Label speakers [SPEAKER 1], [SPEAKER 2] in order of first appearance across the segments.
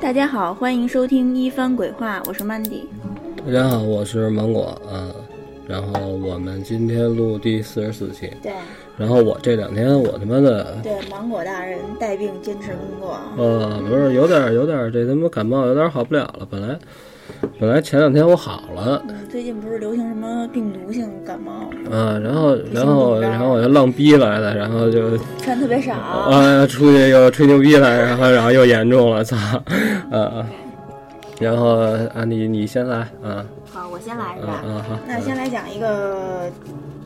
[SPEAKER 1] 大家好，欢迎收听《一番鬼话》，我是 Mandy。
[SPEAKER 2] 大家好，我是芒果啊。然后我们今天录第四十四期。
[SPEAKER 1] 对
[SPEAKER 2] 然后我这两天我他妈的
[SPEAKER 1] 对，芒果大人带病坚持工作，
[SPEAKER 2] 呃，不是有点儿有点儿这他妈感冒有点儿好不了了。本来本来前两天我好了
[SPEAKER 1] 嗯，最近不是流行什么病毒性感冒，
[SPEAKER 2] 啊，然后然后
[SPEAKER 1] 你先等着啊
[SPEAKER 2] 然后我就浪逼来的，然后就
[SPEAKER 1] 穿特别少，
[SPEAKER 2] 啊出去又吹牛逼来，然后然后又严重了，操，啊。然后安迪，你先来啊，
[SPEAKER 3] 好，我先来是
[SPEAKER 2] 嗯
[SPEAKER 3] 吧？
[SPEAKER 2] 嗯好，
[SPEAKER 1] 那先来讲一个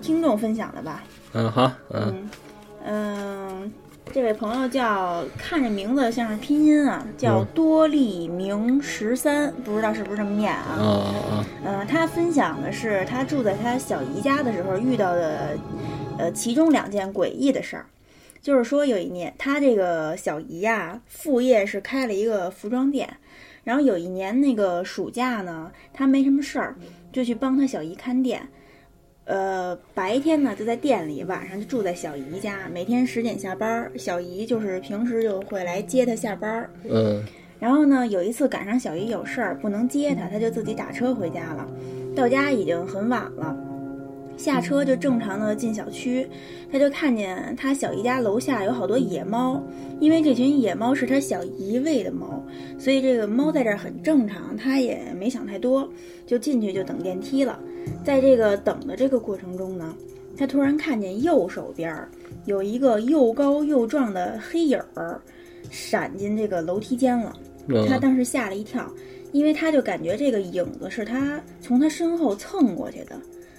[SPEAKER 1] 听众分享的吧。
[SPEAKER 2] 嗯好，嗯
[SPEAKER 1] 嗯嗯，这位朋友叫看着名字像是拼音啊，叫
[SPEAKER 2] 嗯
[SPEAKER 1] 多利明十三，不知道是不是这么念啊？
[SPEAKER 2] 啊啊
[SPEAKER 1] 嗯，他分享的是他住在他小姨家的时候遇到的，呃，其中两件诡异的事儿。就是说，有一年他这个小姨啊，副业是开了一个服装店，然后有一年那个暑假呢，他没什么事儿，就去帮他小姨看店。呃，白天呢就在店里，晚上就住在小姨家，每天十点下班儿。小姨就是平时就会来接他下班儿，
[SPEAKER 2] 嗯
[SPEAKER 1] 然后呢，有一次赶上小姨有事儿不能接她，她就自己打车回家了。到家已经很晚了，下车就正常的进小区，她就看见她小姨家楼下有好多野猫，因为这群野猫是她小姨喂的猫，所以这个猫在这儿很正常，她也没想太多，就进去就等电梯了。在这个等的这个过程中呢，她突然看见右手边儿有一个又高又壮的黑影儿闪进这个楼梯间了。他
[SPEAKER 2] 嗯
[SPEAKER 1] 当时吓了一跳，因为他就感觉这个影子是他从他身后蹭过去的，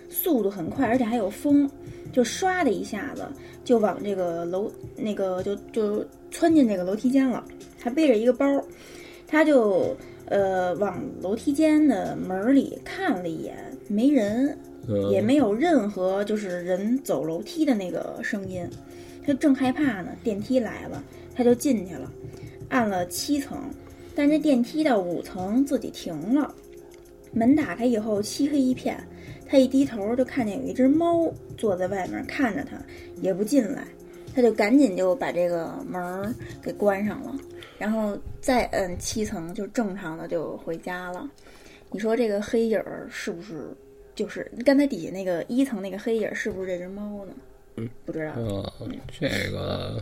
[SPEAKER 1] 速度很快，而且还有风，就唰的一下子就往这个楼那个就就窜进这个楼梯间了，还背着一个包，他就呃往楼梯间的门儿里看了一眼，没人，
[SPEAKER 2] 嗯，
[SPEAKER 1] 也没有任何就是人走楼梯的那个声音。他正害怕呢，电梯来了，他就进去了，按了七层，但这电梯到五层自己停了。门打开以后，漆黑一片，他一低头就看见有一只猫坐在外面看着他，也不进来，他就赶紧就把这个门儿给关上了，然后再摁七层就正常的就回家了。你说这个黑影儿是不是就是刚才底下那个一层那个黑影儿是不是这只猫呢？嗯，不知道。
[SPEAKER 2] 哦，这个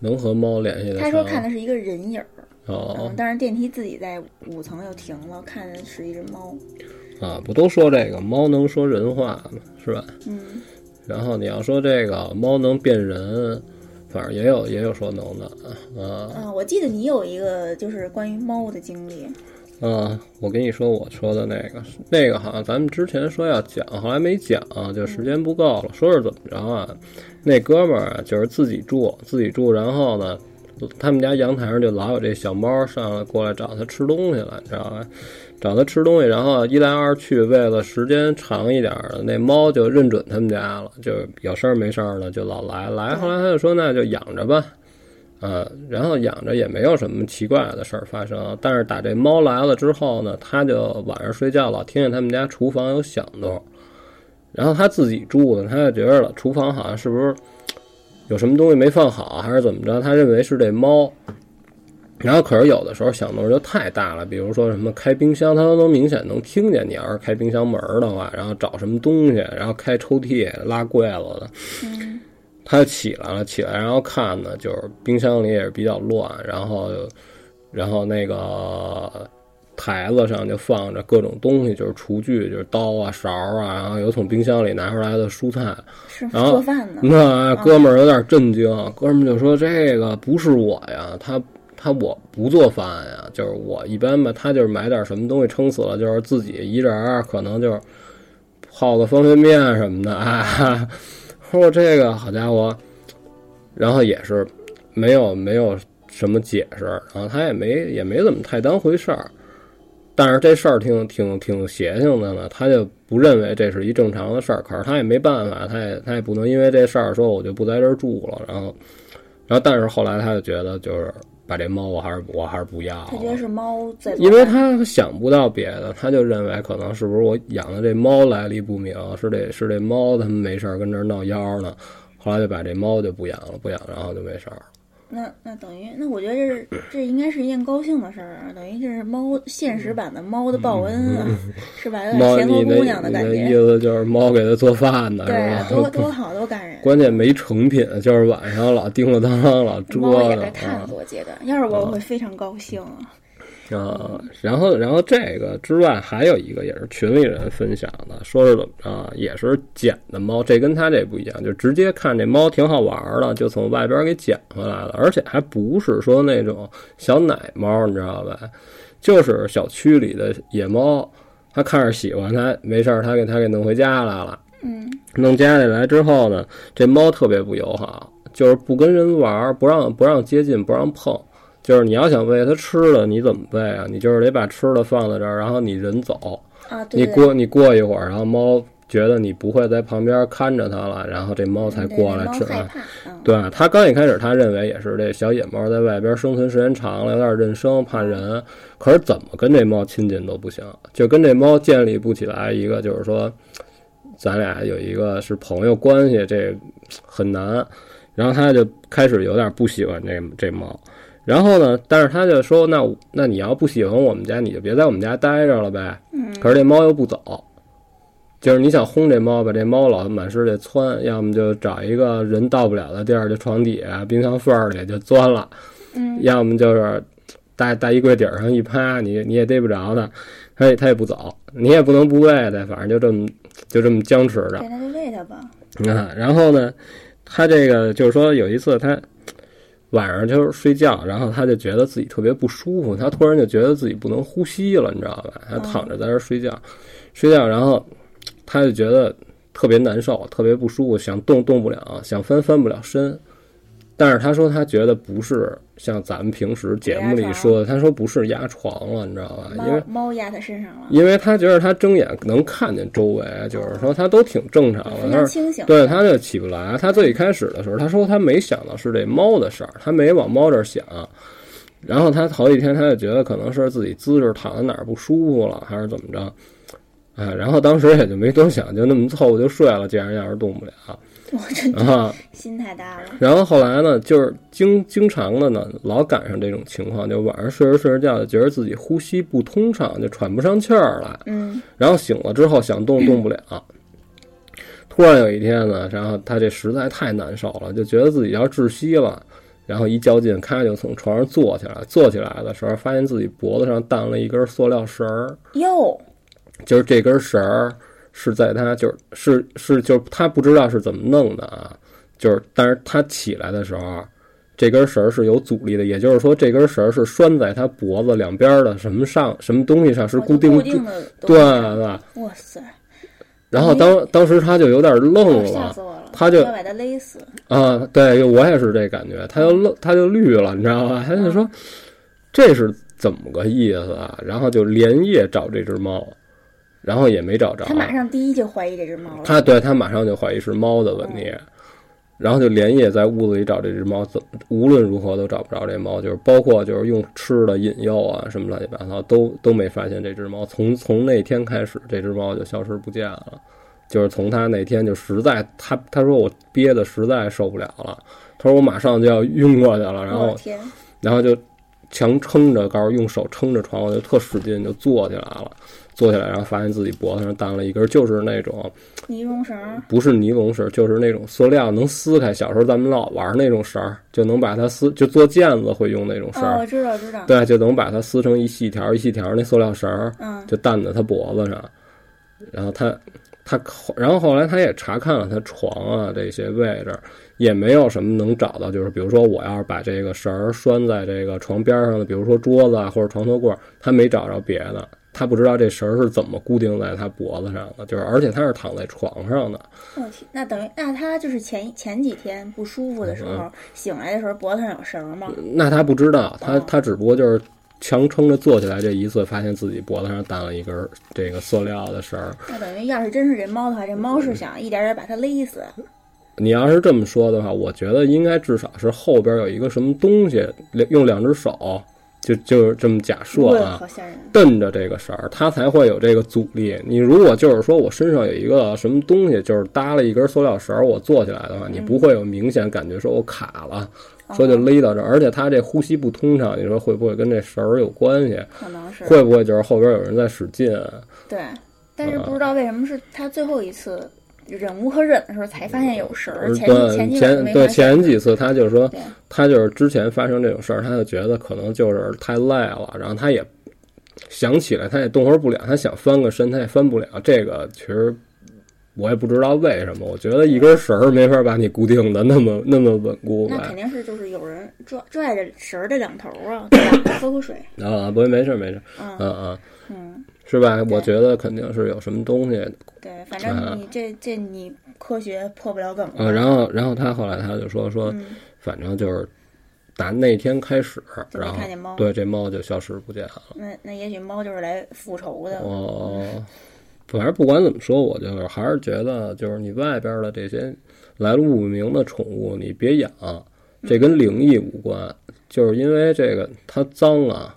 [SPEAKER 2] 能和猫联系的。
[SPEAKER 1] 他说看的是一个人影儿，
[SPEAKER 2] 呃哦
[SPEAKER 1] 嗯，但是电梯自己在五层又停了，看的是一只猫。
[SPEAKER 2] 啊，不都说这个猫能说人话吗？是吧？
[SPEAKER 1] 嗯，
[SPEAKER 2] 然后你要说这个猫能变人，反正也有也有说能的啊
[SPEAKER 1] 啊，我记得你有一个就是关于猫的经历，
[SPEAKER 2] 啊！我跟你说，我说的那个那个好像咱们之前说要讲，后来没讲，啊就时间不够了。说是怎么着啊？那哥们儿啊就是自己住，自己住，然后呢，他们家啊阳台上就老有这小猫上来过来找他吃东西了，你知道吧？找他吃东西，然后一来二去，为了时间长一点儿的，那猫就认准他们家了，就是有事儿没事儿的就老来来。后来他就说那就养着吧，啊，然后养着也没有什么奇怪的事儿发生。但是打这猫来了之后呢，他就晚上睡觉老听见他们家厨房有响动，然后他自己住呢，他就觉着了厨房好像是不是有什么东西没放好，啊还是怎么着？他认为是这猫。然后可是有的时候响动就太大了，比如说什么开冰箱，它都能明显能听见。你要是开冰箱门儿的话，然后找什么东西，然后开抽屉、拉柜子的，他就起来了，起来，然后看呢，就是冰箱里也是比较乱，然后，然后那个台子上就放着各种东西，就是厨具，就是刀啊、勺啊，然后有从冰箱里拿出来的蔬菜，
[SPEAKER 1] 是
[SPEAKER 2] 然后嗯
[SPEAKER 1] 做饭呢。
[SPEAKER 2] 那哥们儿有点震惊，哥们儿就说：“这个不是我呀，他他我不做饭呀，就是我一般吧，他就是买点什么东西撑死了，就是自己一人儿，可能就是泡个方便面什么的。”啊， 说这个好家伙，然后也是没有没有什么解释，然后他也没也没怎么太当回事儿。但是这事儿挺挺挺邪性的呢，他就不认为这是一正常的事儿，可是他也没办法，他也他也不能因为这事儿说我就不在这儿住了，然后，然后但是后来他就觉得就是把这猫我还是我还是不要了，
[SPEAKER 1] 他觉得是猫在作
[SPEAKER 2] 因为
[SPEAKER 1] 怪
[SPEAKER 2] 他想不到别的，他就认为可能是不是我养的这猫来历不明，是这是这猫他们没事儿跟这儿闹妖呢，后来就把这猫就不养了，不养然后就没事儿了。
[SPEAKER 1] 那那等于那我觉得这是这应该是一件高兴的事儿啊，等于这是猫现实版的猫的报恩啊， 是吧？有点
[SPEAKER 2] 嗯猫，
[SPEAKER 1] 田螺
[SPEAKER 2] 你
[SPEAKER 1] 姑
[SPEAKER 2] 的
[SPEAKER 1] 娘的
[SPEAKER 2] 你
[SPEAKER 1] 感
[SPEAKER 2] 的意
[SPEAKER 1] 觉，
[SPEAKER 2] 思就是猫给他做饭呢，
[SPEAKER 1] 对，啊
[SPEAKER 2] 是
[SPEAKER 1] 多
[SPEAKER 2] 吧？
[SPEAKER 1] 多好多感人。
[SPEAKER 2] 关键没成品，就是晚上老叮了当啷，老
[SPEAKER 1] 猫
[SPEAKER 2] 捉
[SPEAKER 1] 也
[SPEAKER 2] 的
[SPEAKER 1] 在探索阶段，要是我我会非常高兴啊。
[SPEAKER 2] 啊。然后，然后这个之外还有一个也是群里人分享的，说是怎么着，也是捡的猫，这跟他这不一样，就直接看这猫挺好玩的，就从外边给捡回来了，而且还不是说那种小奶猫，你知道吧？就是小区里的野猫，他看着喜欢，他没事儿，他给他给弄回家来了。
[SPEAKER 1] 嗯，
[SPEAKER 2] 弄家里来之后呢，这猫特别不友好，就是不跟人玩儿，不让不让接近，不让碰。就是你要想喂它吃的，你怎么喂啊？你就是得把吃的放在这儿，然后你人走，
[SPEAKER 1] 啊，对
[SPEAKER 2] 你
[SPEAKER 1] 对，
[SPEAKER 2] 过你过一会儿，然后猫觉得你不会在旁边看着它了，然后这猫才
[SPEAKER 1] 嗯对
[SPEAKER 2] 过
[SPEAKER 1] 那
[SPEAKER 2] 来
[SPEAKER 1] 猫
[SPEAKER 2] 吃。啊
[SPEAKER 1] 害怕，嗯，
[SPEAKER 2] 对它刚一开始，它认为也是这小野猫在外边生存时间长了，有点认生，怕人。可是怎么跟这猫亲近都不行，就跟这猫建立不起来一个，就是说，咱俩有一个是朋友关系，这很难。然后它就开始有点不喜欢这这猫。然后呢，但是它就说，那我那你要不喜欢我们家，你就别在我们家待着了呗。
[SPEAKER 1] 嗯
[SPEAKER 2] 可是这猫又不走，就是你想轰这猫吧，这猫老满世界窜，要么就找一个人到不了的地儿，就床底下、冰箱缝儿里就钻了，
[SPEAKER 1] 嗯，
[SPEAKER 2] 要么就是大大衣柜顶上一趴，你你也逮不着它，它也它也不走，你也不能不喂它，反正就这么就这么僵持着。
[SPEAKER 1] 对，那就喂它吧。
[SPEAKER 2] 啊，然后呢，他这个就是说有一次他晚上就是睡觉，然后他就觉得自己特别不舒服，他突然就觉得自己不能呼吸了，你知道吧？他躺着在这儿睡觉，睡觉，然后他就觉得特别难受，特别不舒服，想动动不了，想翻翻不了身。但是他说他觉得不是像咱们平时节目里说的，他说不是压床了，你知道吧？因为
[SPEAKER 1] 猫猫压它身上了，
[SPEAKER 2] 因为他觉得他睁眼能看见周围，就是说他都挺正常的，
[SPEAKER 1] 非
[SPEAKER 2] 但
[SPEAKER 1] 常
[SPEAKER 2] 是
[SPEAKER 1] 清醒。
[SPEAKER 2] 对，他就起不来。他最一开始的时候，他说他没想到是这猫的事儿，他没往猫这儿想。然后他头几天他就觉得可能是自己姿势躺在哪儿不舒服了，还是怎么着，哎，然后当时也就没多想，就那么凑合就睡了。既然要是动不了，
[SPEAKER 1] 我真
[SPEAKER 2] 然后
[SPEAKER 1] 心太大了。
[SPEAKER 2] 然后后来呢，就是经经常的呢，老赶上这种情况，就晚上睡着睡着觉，就觉得自己呼吸不通畅，就喘不上气儿来。
[SPEAKER 1] 嗯，
[SPEAKER 2] 然后醒了之后想动动不了。突然有一天呢，然后他这实在太难受了，就觉得自己要窒息了，然后一较劲，咔就从床上坐起来。坐起来的时候，发现自己脖子上荡了一根塑料绳儿，
[SPEAKER 1] 哟，
[SPEAKER 2] 就是这根绳儿是在他就是是是就是他不知道是怎么弄的啊，就是但是他起来的时候。这根绳儿是有阻力的，也就是说，这根绳儿是拴在他脖子两边儿的什么上什么东西上，是
[SPEAKER 1] 我就
[SPEAKER 2] 固
[SPEAKER 1] 哦固
[SPEAKER 2] 定
[SPEAKER 1] 定的东
[SPEAKER 2] 对
[SPEAKER 1] 西上。
[SPEAKER 2] 吧？
[SPEAKER 1] 哇塞，
[SPEAKER 2] 然后当当时他就有点愣
[SPEAKER 1] 哦哎吓
[SPEAKER 2] 了
[SPEAKER 1] 死我了！
[SPEAKER 2] 他就
[SPEAKER 1] 我要嗯把它勒死。
[SPEAKER 2] 啊，对我也是这感觉，他就愣，他就绿了，你知道吧？
[SPEAKER 1] 嗯
[SPEAKER 2] 他就说这是怎么个意思啊？然后就连夜找这只猫，然后也没找着
[SPEAKER 1] 他，马上第一就怀疑这只猫了。
[SPEAKER 2] 他对他马上就怀疑是猫的问题，然后就连夜在屋子里找这只猫，怎无论如何都找不着这猫，就是包括就是用吃的引诱啊什么乱七八糟都都没发现这只猫。从从那天开始，这只猫就消失不见了。就是从他那天就实在他他说我憋的实在受不了了，他说我马上就要晕过去了，然
[SPEAKER 1] 我
[SPEAKER 2] 后
[SPEAKER 1] 天，
[SPEAKER 2] 然后就强撑着杆儿，用手撑着床，我就特使劲就坐起来了，坐起来，然后发现自己脖子上荡了一根，就是那种
[SPEAKER 1] 尼龙绳儿，
[SPEAKER 2] 不是尼龙绳，就是那种塑料能撕开。小时候咱们老玩那种绳儿，就能把它撕，就做毽子会用那种绳
[SPEAKER 1] 哦，
[SPEAKER 2] 儿，
[SPEAKER 1] 我知道，知道。
[SPEAKER 2] 对，就能把它撕成一细条一细条那塑料绳儿，
[SPEAKER 1] 嗯，
[SPEAKER 2] 就担在他脖子上。然后他他然后后来他也查看了他床啊这些位置，也没有什么能找到，就是比如说我要是把这个绳儿拴在这个床边上的，比如说桌子啊或者床头柜儿，他没找着别的。他不知道这绳儿是怎么固定在他脖子上的，就是而且他是躺在床上的，
[SPEAKER 1] 我天，那等于那他就是前前几天
[SPEAKER 2] 嗯
[SPEAKER 1] 不舒服的时候，醒来的时候脖子上有绳儿吗？
[SPEAKER 2] 那他不知道，他
[SPEAKER 1] 哦
[SPEAKER 2] 他只不过就是强撑着坐起来，这一次发现自己脖子上担了一根儿这个塑料的绳儿。
[SPEAKER 1] 那等于要是真是这猫的话，这猫是想一点点把它勒死。
[SPEAKER 2] 嗯你要是这么说的话，我觉得应该至少是后边有一个什么东西，两用两只手，就就是这么假设
[SPEAKER 1] 对，
[SPEAKER 2] 啊
[SPEAKER 1] 好，吓人！
[SPEAKER 2] 蹬着这个绳儿，它才会有这个阻力。你如果就是说我身上有一个什么东西，就是搭了一根塑料绳儿，我坐起来
[SPEAKER 1] 嗯
[SPEAKER 2] 的话，你不会有明显感觉说我卡了，
[SPEAKER 1] 哦
[SPEAKER 2] 说就勒到这儿，而且它这呼吸不通畅，你说会不会跟这绳儿有关系？
[SPEAKER 1] 可能是
[SPEAKER 2] 会不会就是后边有人在使劲啊？
[SPEAKER 1] 对，但是不
[SPEAKER 2] 嗯
[SPEAKER 1] 知道为什么是他最后一次忍无可忍的时候才发现有绳儿，前几前
[SPEAKER 2] 嗯对
[SPEAKER 1] 几晚上没
[SPEAKER 2] 对
[SPEAKER 1] 发现。
[SPEAKER 2] 前几次，他就是说
[SPEAKER 1] 对，
[SPEAKER 2] 他就是之前发生这种事儿，他就觉得可能就是太累了，然后他也想起来，他也动活不了，他想翻个身，他也翻不了。这个其实我也不知道为什么，我觉得一根绳儿没法把你固定的那么那么稳固
[SPEAKER 1] 那
[SPEAKER 2] 吧
[SPEAKER 1] 肯。定是就是有人拽拽着绳儿的两头儿 啊，对吧喝口水。
[SPEAKER 2] 啊，不，没事儿没事儿，
[SPEAKER 1] 嗯
[SPEAKER 2] 嗯嗯，
[SPEAKER 1] 嗯，
[SPEAKER 2] 是吧？
[SPEAKER 1] 对
[SPEAKER 2] 我觉得肯定是有什么东西
[SPEAKER 1] 对，反正你这这你科学破不了梗
[SPEAKER 2] 啊。然后，然后他后来他就说说，
[SPEAKER 1] 嗯
[SPEAKER 2] 反正就是打那天开始，
[SPEAKER 1] 就没
[SPEAKER 2] 然后
[SPEAKER 1] 看见猫
[SPEAKER 2] 对这猫就消失不见了。
[SPEAKER 1] 那那也许猫就是来复仇的。
[SPEAKER 2] 哦，反正不管怎么说，我就是还是觉得，就是你外边的这些来路不明的宠物，你别养，
[SPEAKER 1] 嗯
[SPEAKER 2] 这跟灵异无关，就是因为这个它脏啊。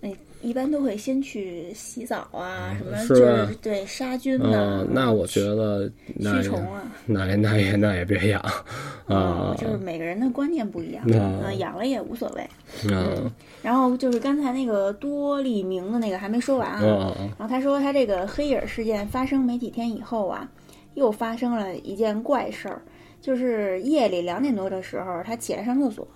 [SPEAKER 1] 那一般都会先去洗澡啊，什么
[SPEAKER 2] 哦是
[SPEAKER 1] 就是
[SPEAKER 2] 吧
[SPEAKER 1] 对杀菌
[SPEAKER 2] 嗯、
[SPEAKER 1] 呐、
[SPEAKER 2] 那我觉得那
[SPEAKER 1] 驱
[SPEAKER 2] 也
[SPEAKER 1] 虫啊。
[SPEAKER 2] 那也那也那也别 养
[SPEAKER 1] 嗯，
[SPEAKER 2] 啊
[SPEAKER 1] 就是每个人的观念不一样，
[SPEAKER 2] 嗯
[SPEAKER 1] 嗯，养了也无所谓。
[SPEAKER 2] 嗯
[SPEAKER 1] 然后就是刚才那个多利明的那个还没说完啊，
[SPEAKER 2] 嗯
[SPEAKER 1] 然后他说他这个黑影事件发生没几天以后啊，又发生了一件怪事儿，就是夜里两点多的时候，他起来上厕所，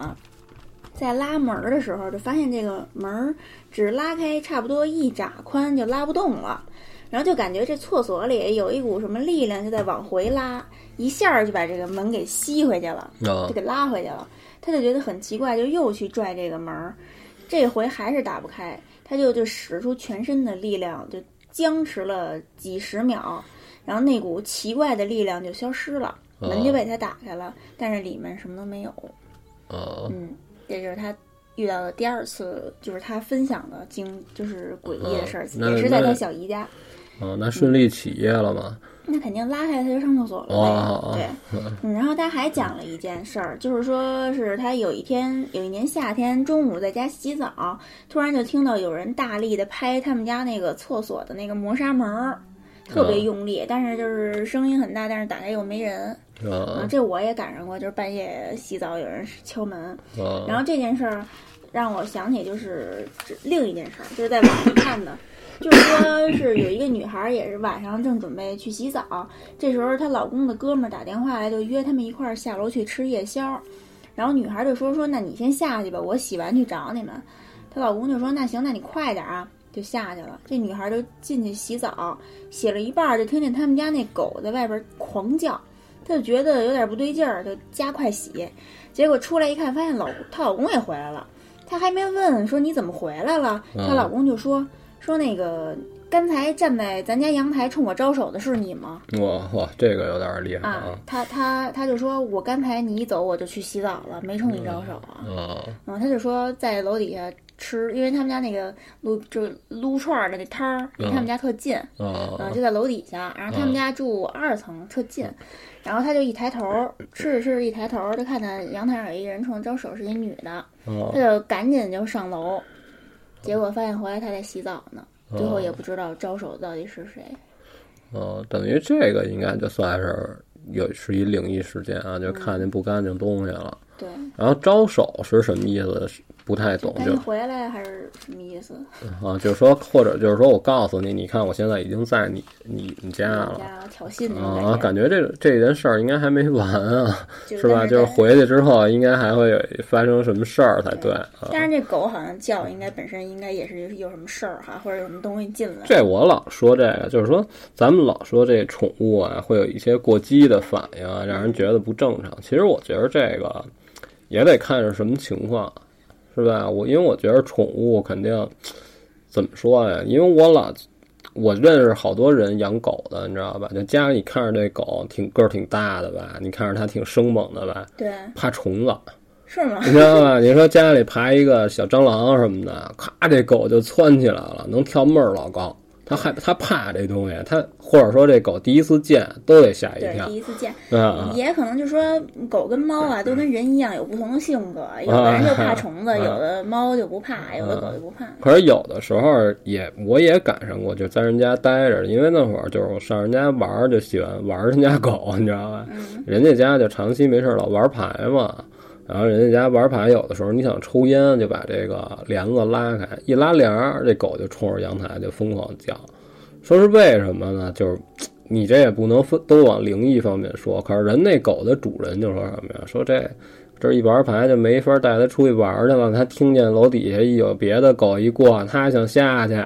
[SPEAKER 1] 在拉门儿的时候就发现这个门儿只拉开差不多一拃宽就拉不动了。然后就感觉这厕所里有一股什么力量就在往回拉，一下儿就把这个门给吸回去了。
[SPEAKER 2] 啊
[SPEAKER 1] 就给拉回去了。他就觉得很奇怪，就又去拽这个门儿，这回还是打不开，他就就使出全身的力量，就僵持了几十秒，然后那股奇怪的力量就消失了，
[SPEAKER 2] 哦
[SPEAKER 1] 门就被他打开了，但是里面什么都没有。
[SPEAKER 2] 啊
[SPEAKER 1] 嗯，这就是他。遇到的第二次就是他分享的经，就是诡异的事儿，
[SPEAKER 2] 嗯那
[SPEAKER 1] 也是在
[SPEAKER 2] 那
[SPEAKER 1] 他小姨家。
[SPEAKER 2] 啊！那顺利起夜了吗？
[SPEAKER 1] 那肯定拉开他就上厕所了呗。
[SPEAKER 2] 哦
[SPEAKER 1] 对，嗯，然后他还讲了一件事儿，就是说是他有一天有一年夏天中午在家洗澡，突然就听到有人大力的拍他们家那个厕所的那个磨砂门儿，特别用力，但是就是声音很大，但是打开又没人。
[SPEAKER 2] 啊
[SPEAKER 1] 嗯，这我也赶上过，就是半夜洗澡有人敲门，然
[SPEAKER 2] 啊
[SPEAKER 1] 后这件事儿让我想起就是这另一件事儿，就是在网上看的，就是说是有一个女孩儿也是晚上正准备去洗澡，这时候她老公的哥们儿打电话来，就约他们一块儿下楼去吃夜宵。然后女孩儿就说说那你先下去吧，我洗完去找你们。她老公就说那行，那你快点儿啊，就下去了。这女孩儿就进去洗澡，洗了一半儿就听见他们家那狗在外边儿狂叫，她就觉得有点不对劲儿，就加快洗。结果出来一看，发现老她老公也回来了，她还没问说你怎么回来了，
[SPEAKER 2] 嗯
[SPEAKER 1] 她老公就说说那个刚才站在咱家阳台冲我招手的是你吗？
[SPEAKER 2] 哇哇，这个有点厉害
[SPEAKER 1] 啊，她她她就说我刚才你一走我就去洗澡了，没冲你招手啊。
[SPEAKER 2] 啊！
[SPEAKER 1] 然后他就说在楼底下吃，因为他们家那个撸就是撸串儿的那摊儿离他们家特近，
[SPEAKER 2] 啊啊
[SPEAKER 1] 嗯，就在楼底下。然后
[SPEAKER 2] 嗯
[SPEAKER 1] 他们家住二层，特近。然后他就一抬头，吃着吃着一抬头，就看见阳台上有一人冲他招手，是一女的，
[SPEAKER 2] 啊
[SPEAKER 1] 他！就赶紧就上楼，结果发现回来他在洗澡呢，
[SPEAKER 2] 嗯
[SPEAKER 1] 最后也不知道招手到底是谁。
[SPEAKER 2] 哦，等于这个应该就算是有是一灵异事件啊，
[SPEAKER 1] 嗯
[SPEAKER 2] 就看见不干净东西了。
[SPEAKER 1] 对，
[SPEAKER 2] 然后招手是什么意思？是不太懂，
[SPEAKER 1] 赶
[SPEAKER 2] 就
[SPEAKER 1] 紧回来还是什么意思？
[SPEAKER 2] 啊，就是说，或者就是说我告诉你，你看我现在已经在你你你家
[SPEAKER 1] 人
[SPEAKER 2] 了。
[SPEAKER 1] 家挑衅那
[SPEAKER 2] 啊，
[SPEAKER 1] 种感
[SPEAKER 2] 感觉这这件事儿应该还没完啊，
[SPEAKER 1] 觉，
[SPEAKER 2] 是吧？
[SPEAKER 1] 但
[SPEAKER 2] 就是
[SPEAKER 1] 在
[SPEAKER 2] 回去之后，应该还会有发生什么事儿才对啊。
[SPEAKER 1] 但是这狗好像叫，应该本身应该也是有什么事儿哈，或者有什么东西进来。
[SPEAKER 2] 这我老说这个，就是说咱们老说这宠物啊，会有一些过激的反应啊，让人觉得不正常。其实我觉得这个也得看是什么情况，是吧？我因为我觉得宠物肯定怎么说呀？因为我老我认识好多人养狗的，你知道吧？就家里看着这狗挺个儿挺大的吧，你看着它挺生猛的吧，
[SPEAKER 1] 对，
[SPEAKER 2] 怕虫子。
[SPEAKER 1] 是吗？
[SPEAKER 2] 你知道吧？你说家里爬一个小蟑螂什么的，咔，这狗就窜起来了，能跳妹儿老高。它害它怕这东西，它或者说这狗第一次见都得吓一
[SPEAKER 1] 对，
[SPEAKER 2] 跳
[SPEAKER 1] 第一次见，
[SPEAKER 2] 啊。
[SPEAKER 1] 也可能就说狗跟猫啊，都跟人一样有不同的性格，有的人就怕虫子，
[SPEAKER 2] 啊
[SPEAKER 1] 有 的猫就不怕，有的狗就不怕。
[SPEAKER 2] 可是有的时候也我也赶上过，就在人家待着，因为那会儿就是我上人家玩儿，就喜欢玩儿人家狗，你知道吧？人家家就长期没事儿老玩牌嘛，然后人家家玩牌有的时候你想抽烟，就把这个帘子拉开，一拉帘儿，这狗就冲着阳台就疯狂叫，说是为什么呢？就是你这也不能分都往灵异方面说，可是人那狗的主人就说什么呀？说这。这一玩牌就没法带它出去玩去了。它听见楼底下一有别的狗一过，它还想下去，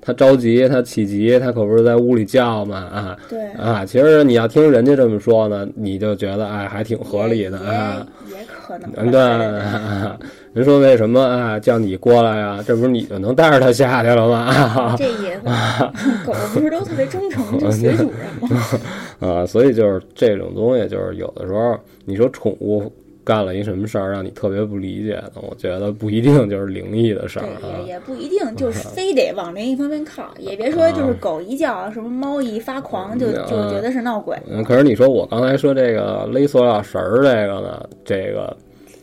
[SPEAKER 2] 它着急，它起急，它可不是在屋里叫嘛啊
[SPEAKER 1] 对，
[SPEAKER 2] 啊！其实你要听人家这么说呢，你就觉得哎，还挺合理的啊。
[SPEAKER 1] 也也可能吧。
[SPEAKER 2] 嗯，对，啊人说为什么啊叫你过来啊？这不是你就能带着它下去了吗？ 啊
[SPEAKER 1] 这也狗不是都特别忠诚，
[SPEAKER 2] 嗯
[SPEAKER 1] 就随 主人吗？
[SPEAKER 2] 啊，所以就是这种东西，就是有的时候你说宠物干了一什么事儿让你特别不理解的，我觉得不一定就是灵异的事儿
[SPEAKER 1] 对，也
[SPEAKER 2] 啊。
[SPEAKER 1] 也不一定就是非得往那一方面靠，也别说就是狗一叫，啊什么猫一发狂就
[SPEAKER 2] 啊嗯
[SPEAKER 1] 就觉得是闹鬼。
[SPEAKER 2] 嗯，可是你说我刚才说这个勒塑料绳儿这个呢，这个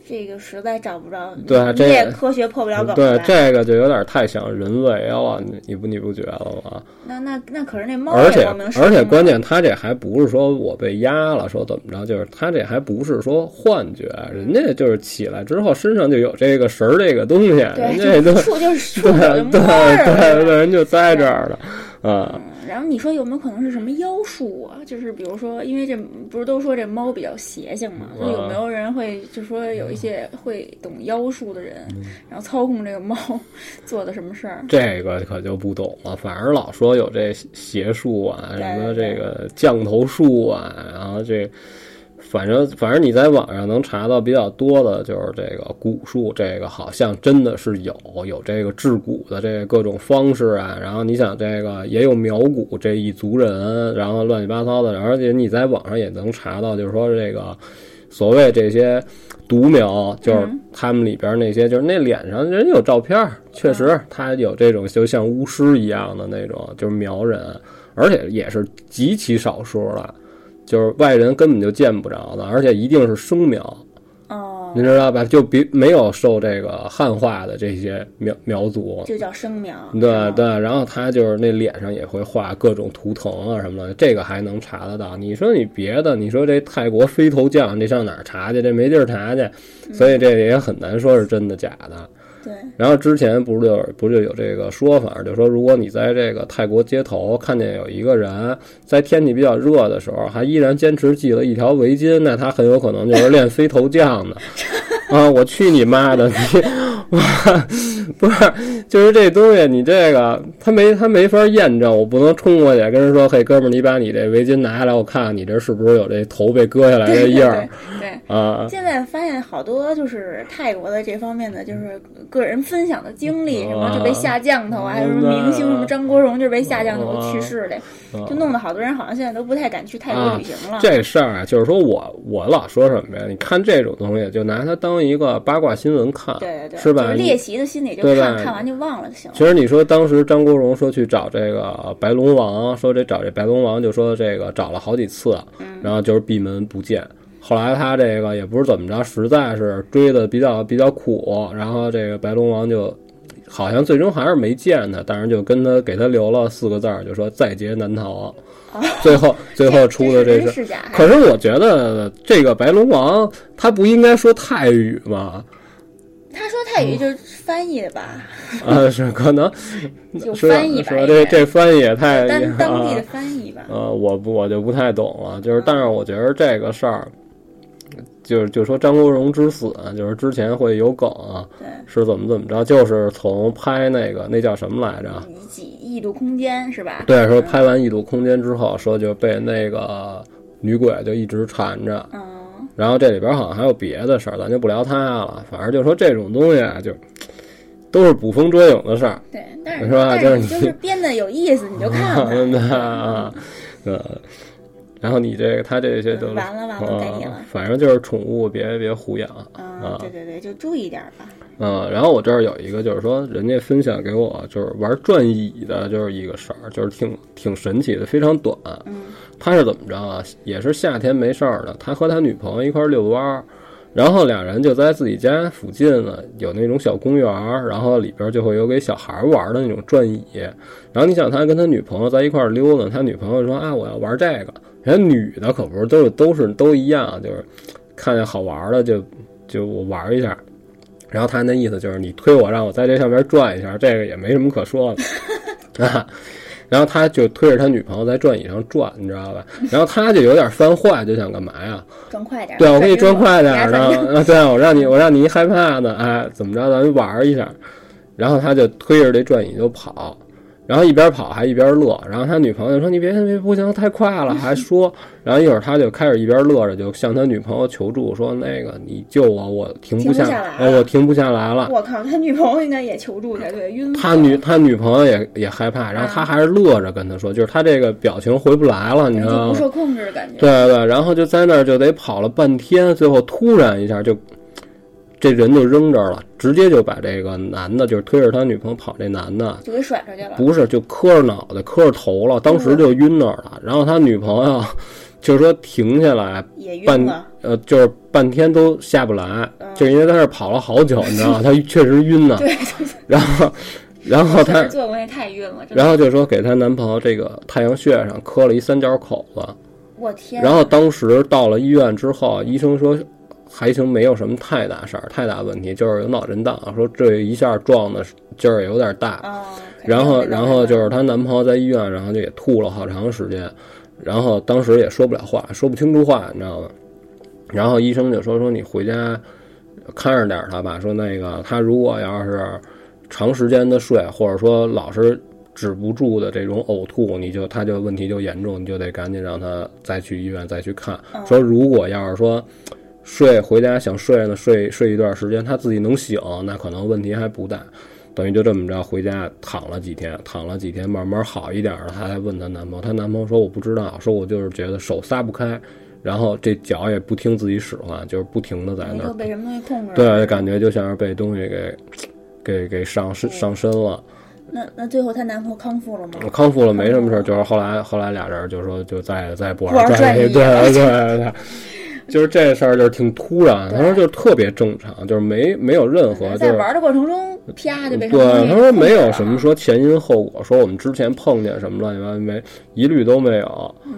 [SPEAKER 1] 这个实在找不着，
[SPEAKER 2] 对啊
[SPEAKER 1] 你
[SPEAKER 2] 这呃
[SPEAKER 1] 你也科学破不了梗
[SPEAKER 2] 对
[SPEAKER 1] 吧
[SPEAKER 2] 这个就有点太想人为了，啊你你不你不觉得吗？
[SPEAKER 1] 那那那可是那猫
[SPEAKER 2] 而
[SPEAKER 1] 也
[SPEAKER 2] 且
[SPEAKER 1] 光明
[SPEAKER 2] 而且关
[SPEAKER 1] 键
[SPEAKER 2] 键，他这还不是说我被压了，说怎么着，就是他这还不是说幻觉，人家就是起来之后身上就有这个绳儿这个东西，人家
[SPEAKER 1] 对，
[SPEAKER 2] 都
[SPEAKER 1] 就触就是
[SPEAKER 2] 对对
[SPEAKER 1] 触手就摸着
[SPEAKER 2] 对
[SPEAKER 1] 了。
[SPEAKER 2] 对，人就在这儿了，啊，
[SPEAKER 1] 嗯然后你说有没有可能是什么妖术啊？就是比如说，因为这不是都说这猫比较邪性嘛，
[SPEAKER 2] 嗯
[SPEAKER 1] 说有没有人会就说有一些会懂妖术的人，
[SPEAKER 2] 嗯
[SPEAKER 1] 然后操控这个猫 做的什么事儿？
[SPEAKER 2] 这个可就不懂了。反正老说有这邪术啊，
[SPEAKER 1] 对
[SPEAKER 2] 什么
[SPEAKER 1] 对
[SPEAKER 2] 这个降头术啊，然后这，反正反正你在网上能查到比较多的就是这个蛊术，这个好像真的是有有这个治蛊的这各种方式啊。然后你想这个也有苗蛊这一族人，然后乱七八糟的，而且你在网上也能查到，就是说这个所谓这些。独苗就是他们里边那些，就是那脸上人有照片儿，确实他有这种就像巫师一样的那种，就是苗人，而且也是极其少数了，就是外人根本就见不着的，而且一定是生苗，
[SPEAKER 1] 哦，
[SPEAKER 2] 您知道吧？就别没有受这个汉化的这些苗苗族，
[SPEAKER 1] 就叫生苗。
[SPEAKER 2] 对对，然后他就是那脸上也会画各种图腾啊什么的，这个还能查得到。你说你别的，你说这泰国飞头匠，这上哪儿查去？这没地儿查去，所以这也很难说是真的假的。
[SPEAKER 1] 对，
[SPEAKER 2] 然后之前不是就有不就有这个说法，就说如果你在这个泰国街头看见有一个人在天气比较热的时候，还依然坚持系了一条围巾，那他很有可能就是练飞头匠 的。啊！我去你妈的！ 你我不是，就是这东西，你这个他没他没法验证，我不能冲过去跟人说，嘿，哥们儿，你把你这围巾拿下来，我看看你这是不是有这头被割下来的
[SPEAKER 1] 对
[SPEAKER 2] 印儿
[SPEAKER 1] 对对。
[SPEAKER 2] 啊？
[SPEAKER 1] 现在发现好多就是泰国的这方面的，就是个人分享的经历，
[SPEAKER 2] 嗯
[SPEAKER 1] 什么就被下降头啊，
[SPEAKER 2] 嗯
[SPEAKER 1] 还有什么明星，
[SPEAKER 2] 嗯
[SPEAKER 1] 什么张国荣就被下降头
[SPEAKER 2] 嗯
[SPEAKER 1] 去世的，
[SPEAKER 2] 嗯
[SPEAKER 1] 就弄得好多人好像现在都不太敢去泰国旅行了。
[SPEAKER 2] 这事儿啊，就是说我我老说什么呀？你看这种东西，就拿它当一个八卦新闻看，
[SPEAKER 1] 对对对，
[SPEAKER 2] 是吧
[SPEAKER 1] 就是
[SPEAKER 2] 你
[SPEAKER 1] 练习的心理就
[SPEAKER 2] 对
[SPEAKER 1] 看
[SPEAKER 2] 吧
[SPEAKER 1] 看完就忘了就行了。
[SPEAKER 2] 其实你说当时张国荣说去找这个白龙王，说这找这白龙王，就说这个找了好几次，
[SPEAKER 1] 嗯
[SPEAKER 2] 然后就是闭门不见。后来他这个也不是怎么着，实在是追的比较比较苦，然后这个白龙王就好像最终还是没见他，但是就跟他给他留了四个字儿，就说在劫难
[SPEAKER 1] 哦
[SPEAKER 2] 逃。最后最后出的
[SPEAKER 1] 这是
[SPEAKER 2] 这是
[SPEAKER 1] 真是假？
[SPEAKER 2] 可是我觉得这个白龙王他不应该说泰语 吗？
[SPEAKER 1] 他说泰语就是翻译的吧，
[SPEAKER 2] 啊，是可能
[SPEAKER 1] 就
[SPEAKER 2] 说
[SPEAKER 1] 翻译吧，
[SPEAKER 2] 说
[SPEAKER 1] 应
[SPEAKER 2] 啊这
[SPEAKER 1] 该
[SPEAKER 2] 这翻译也太
[SPEAKER 1] 当 当地的
[SPEAKER 2] 啊
[SPEAKER 1] 翻译吧。
[SPEAKER 2] 呃，我不我就不太懂了，就是但是我觉得这个事儿，就是就说张国荣之死，就是之前会有梗啊，
[SPEAKER 1] 对，
[SPEAKER 2] 是怎么怎么着，就是从拍那个那叫什么来着？
[SPEAKER 1] 以几异度空间是吧？
[SPEAKER 2] 对，说拍完《异度空间》之后，说就被那个女鬼就一直缠着，
[SPEAKER 1] 嗯，
[SPEAKER 2] 然后这里边好像还有别的事儿，咱就不聊它了。反正就说这种东西啊，就都是捕风捉影的事儿。
[SPEAKER 1] 对，但是
[SPEAKER 2] 是吧
[SPEAKER 1] 但
[SPEAKER 2] 就是
[SPEAKER 1] 你
[SPEAKER 2] 你
[SPEAKER 1] 就是编的有意思，你就看看。
[SPEAKER 2] 那啊，呃，嗯然后你这个他这些就
[SPEAKER 1] 嗯完了完了该你了
[SPEAKER 2] 啊，反正就是宠物别别胡养
[SPEAKER 1] 啊，对对对，就注意点儿吧。
[SPEAKER 2] 嗯，然后我这儿有一个，就是说人家分享给我，就是玩转椅的，就是一个事儿，就是挺挺神奇的，非常短。他是怎么着啊？也是夏天没事儿的，他和他女朋友一块儿遛弯儿，然后俩人就在自己家附近呢有那种小公园儿，然后里边就会有给小孩儿玩的那种转椅。然后你想他跟他女朋友在一块儿溜达，他女朋友说啊我要玩这个，人家女的可不是都是都是都一样，就是看见好玩儿的就就我玩一下。然后他那意思就是你推我，让我在这上面转一下，这个也没什么可说的啊。然后他就推着他女朋友在转椅上转，你知道吧？然后他就有点犯坏，就想干嘛呀？
[SPEAKER 1] 转快点儿，
[SPEAKER 2] 对，我给你
[SPEAKER 1] 转
[SPEAKER 2] 转快点
[SPEAKER 1] 儿
[SPEAKER 2] 儿
[SPEAKER 1] 你还反应
[SPEAKER 2] 呢，啊，对，我让你我让你害怕呢，哎，怎么着，咱们玩一下。然后他就推着这转椅就跑，然后一边跑还一边乐。然后他女朋友就说：“你别别不行，太快 了。”还说，然后一会儿他就开始一边乐着，就向他女朋友求助，说：“那个你救我，我停
[SPEAKER 1] 停不
[SPEAKER 2] 下，
[SPEAKER 1] 下来
[SPEAKER 2] 哎我停不下来了。”
[SPEAKER 1] 我靠，他女朋友应该也求助才对，晕了。
[SPEAKER 2] 他女他女朋友也也害怕，
[SPEAKER 1] 啊
[SPEAKER 2] 然后他还是乐着跟他说，就是他这个表情回不来了，你知
[SPEAKER 1] 就
[SPEAKER 2] 道
[SPEAKER 1] 不
[SPEAKER 2] 吗？
[SPEAKER 1] 受控制的感觉。
[SPEAKER 2] 对对，然后就在那儿就得跑了半天，最后突然一下就，这人就扔这儿了，直接就把这个男的，就是推着他女朋友跑，这男的
[SPEAKER 1] 就给甩出去了。
[SPEAKER 2] 不是就磕着脑袋磕着头了，当时就晕那儿了。然后他女朋友就说停下来，
[SPEAKER 1] 也
[SPEAKER 2] 半
[SPEAKER 1] 晕了，
[SPEAKER 2] 呃，就是半天都下不来，
[SPEAKER 1] 嗯
[SPEAKER 2] 就是因为在那儿跑了好久，你知 道吗？他确实晕呢。
[SPEAKER 1] 对，
[SPEAKER 2] 然后，然后
[SPEAKER 1] 确
[SPEAKER 2] 他
[SPEAKER 1] 实做过也太晕了，真的。
[SPEAKER 2] 然后就说给她男朋友这个太阳穴上磕了一三角口子，
[SPEAKER 1] 我天，啊
[SPEAKER 2] 然后当时到了医院之后，医生说还行，没有什么太大事儿，太大问题就是有脑震荡，说这一下撞的劲儿有点大，
[SPEAKER 1] 啊，肯定
[SPEAKER 2] 然后，
[SPEAKER 1] 没
[SPEAKER 2] 然后就
[SPEAKER 1] 办
[SPEAKER 2] 是她男朋友在医院，然后就也吐了好长时间，然后当时也说不了话，说不清楚话，你知道吗？然后医生就说说你回家看着点儿她吧，说那个她如果要是长时间的睡，啊或者说老是止不住的这种呕吐，你就她就问题就严重，你就得赶紧让她再去医院再去看。说如果要是说睡回家想睡呢，睡睡一段时间，她自己能醒，那可能问题还不大。等于就这么着回家躺了几天，躺了几天，慢慢好一点了，她才问她男朋友。她男朋友说我不知道，说我就是觉得手撒不开，然后这脚也不听自己使唤，就是不停的在
[SPEAKER 1] 法
[SPEAKER 2] 那
[SPEAKER 1] 就
[SPEAKER 2] 儿，
[SPEAKER 1] 被什么东西控制了。
[SPEAKER 2] 对，感觉就像是被东西给给给上
[SPEAKER 1] 嗯
[SPEAKER 2] 身上身了。
[SPEAKER 1] 那那最后她男朋友康复了吗？
[SPEAKER 2] 康复了没什么事儿，就是后来后来俩人就说就再也再也不玩
[SPEAKER 1] 不玩
[SPEAKER 2] 转
[SPEAKER 1] 转
[SPEAKER 2] 移，
[SPEAKER 1] 移
[SPEAKER 2] 对对对对，就是这事儿就是挺突然，他说就是特别正常，就是没没有任何就
[SPEAKER 1] 在
[SPEAKER 2] 是
[SPEAKER 1] 玩的过程中，啪就被什么东
[SPEAKER 2] 对，
[SPEAKER 1] 西控
[SPEAKER 2] 他
[SPEAKER 1] 制
[SPEAKER 2] 说
[SPEAKER 1] 了
[SPEAKER 2] 没有什么说前因后果，说我们之前碰见什么乱七八糟没，一律都没有。
[SPEAKER 1] 嗯，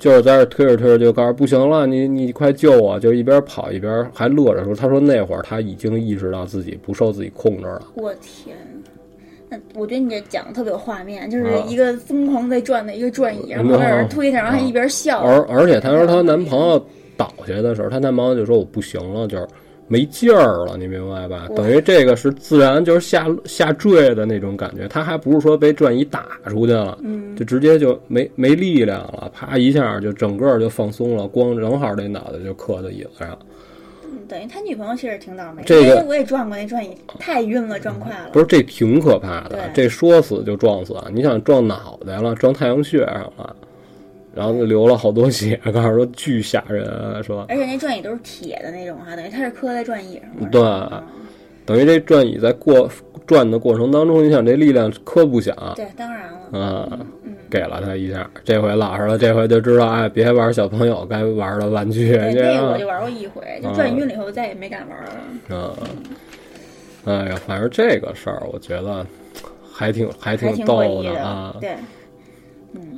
[SPEAKER 2] 就是在这推着推着就告诉不行了，你你快救我！就一边跑一边还乐着说，他说那会儿他已经意识到自己不受自己控制了。
[SPEAKER 1] 我天。那我觉得你这讲的特别有画面，就是
[SPEAKER 2] 啊
[SPEAKER 1] 一个疯狂在转的一个转椅，然后
[SPEAKER 2] 嗯
[SPEAKER 1] 还有人推着，然后还一
[SPEAKER 2] 啊
[SPEAKER 1] 边笑。
[SPEAKER 2] 而而且她说她男朋友倒下的时候，她男朋友就说我不行了，就是没劲儿了，你明白吧？
[SPEAKER 1] 哇
[SPEAKER 2] 等于这个是自然就是下下坠的那种感觉，她还不是说被转移打出去了，
[SPEAKER 1] 嗯
[SPEAKER 2] 就直接就没没力量了，啪一下就整个就放松了，光正好这脑袋就磕在椅子上。
[SPEAKER 1] 嗯等于他女朋友其实挺倒霉，
[SPEAKER 2] 这个
[SPEAKER 1] 因为我也转过那转椅，太晕了，转快了
[SPEAKER 2] 不。是，这挺可怕的，
[SPEAKER 1] 对
[SPEAKER 2] 这说死就撞死啊，你想撞脑袋了，撞太阳穴上了，然后就流了好多血，告诉说巨吓人啊，说。
[SPEAKER 1] 而且那转椅都是铁的那种哈，等于他是磕在转椅上的。
[SPEAKER 2] 对
[SPEAKER 1] 嗯
[SPEAKER 2] 等于这转椅在过转的过程当中，你想这力量磕不响啊、
[SPEAKER 1] 对，嗯当然了，
[SPEAKER 2] 给了他一下，这回老实了，这回就知道哎，别玩小朋友该玩的玩具，
[SPEAKER 1] 对，
[SPEAKER 2] 这
[SPEAKER 1] 那个
[SPEAKER 2] 样
[SPEAKER 1] 我就玩过一回，就转晕了以后再也没敢玩了。
[SPEAKER 2] 嗯，哎呀，反正这个事儿我觉得还挺还
[SPEAKER 1] 还
[SPEAKER 2] 挺
[SPEAKER 1] 挺诡
[SPEAKER 2] 逗
[SPEAKER 1] 异的，
[SPEAKER 2] 啊，
[SPEAKER 1] 对，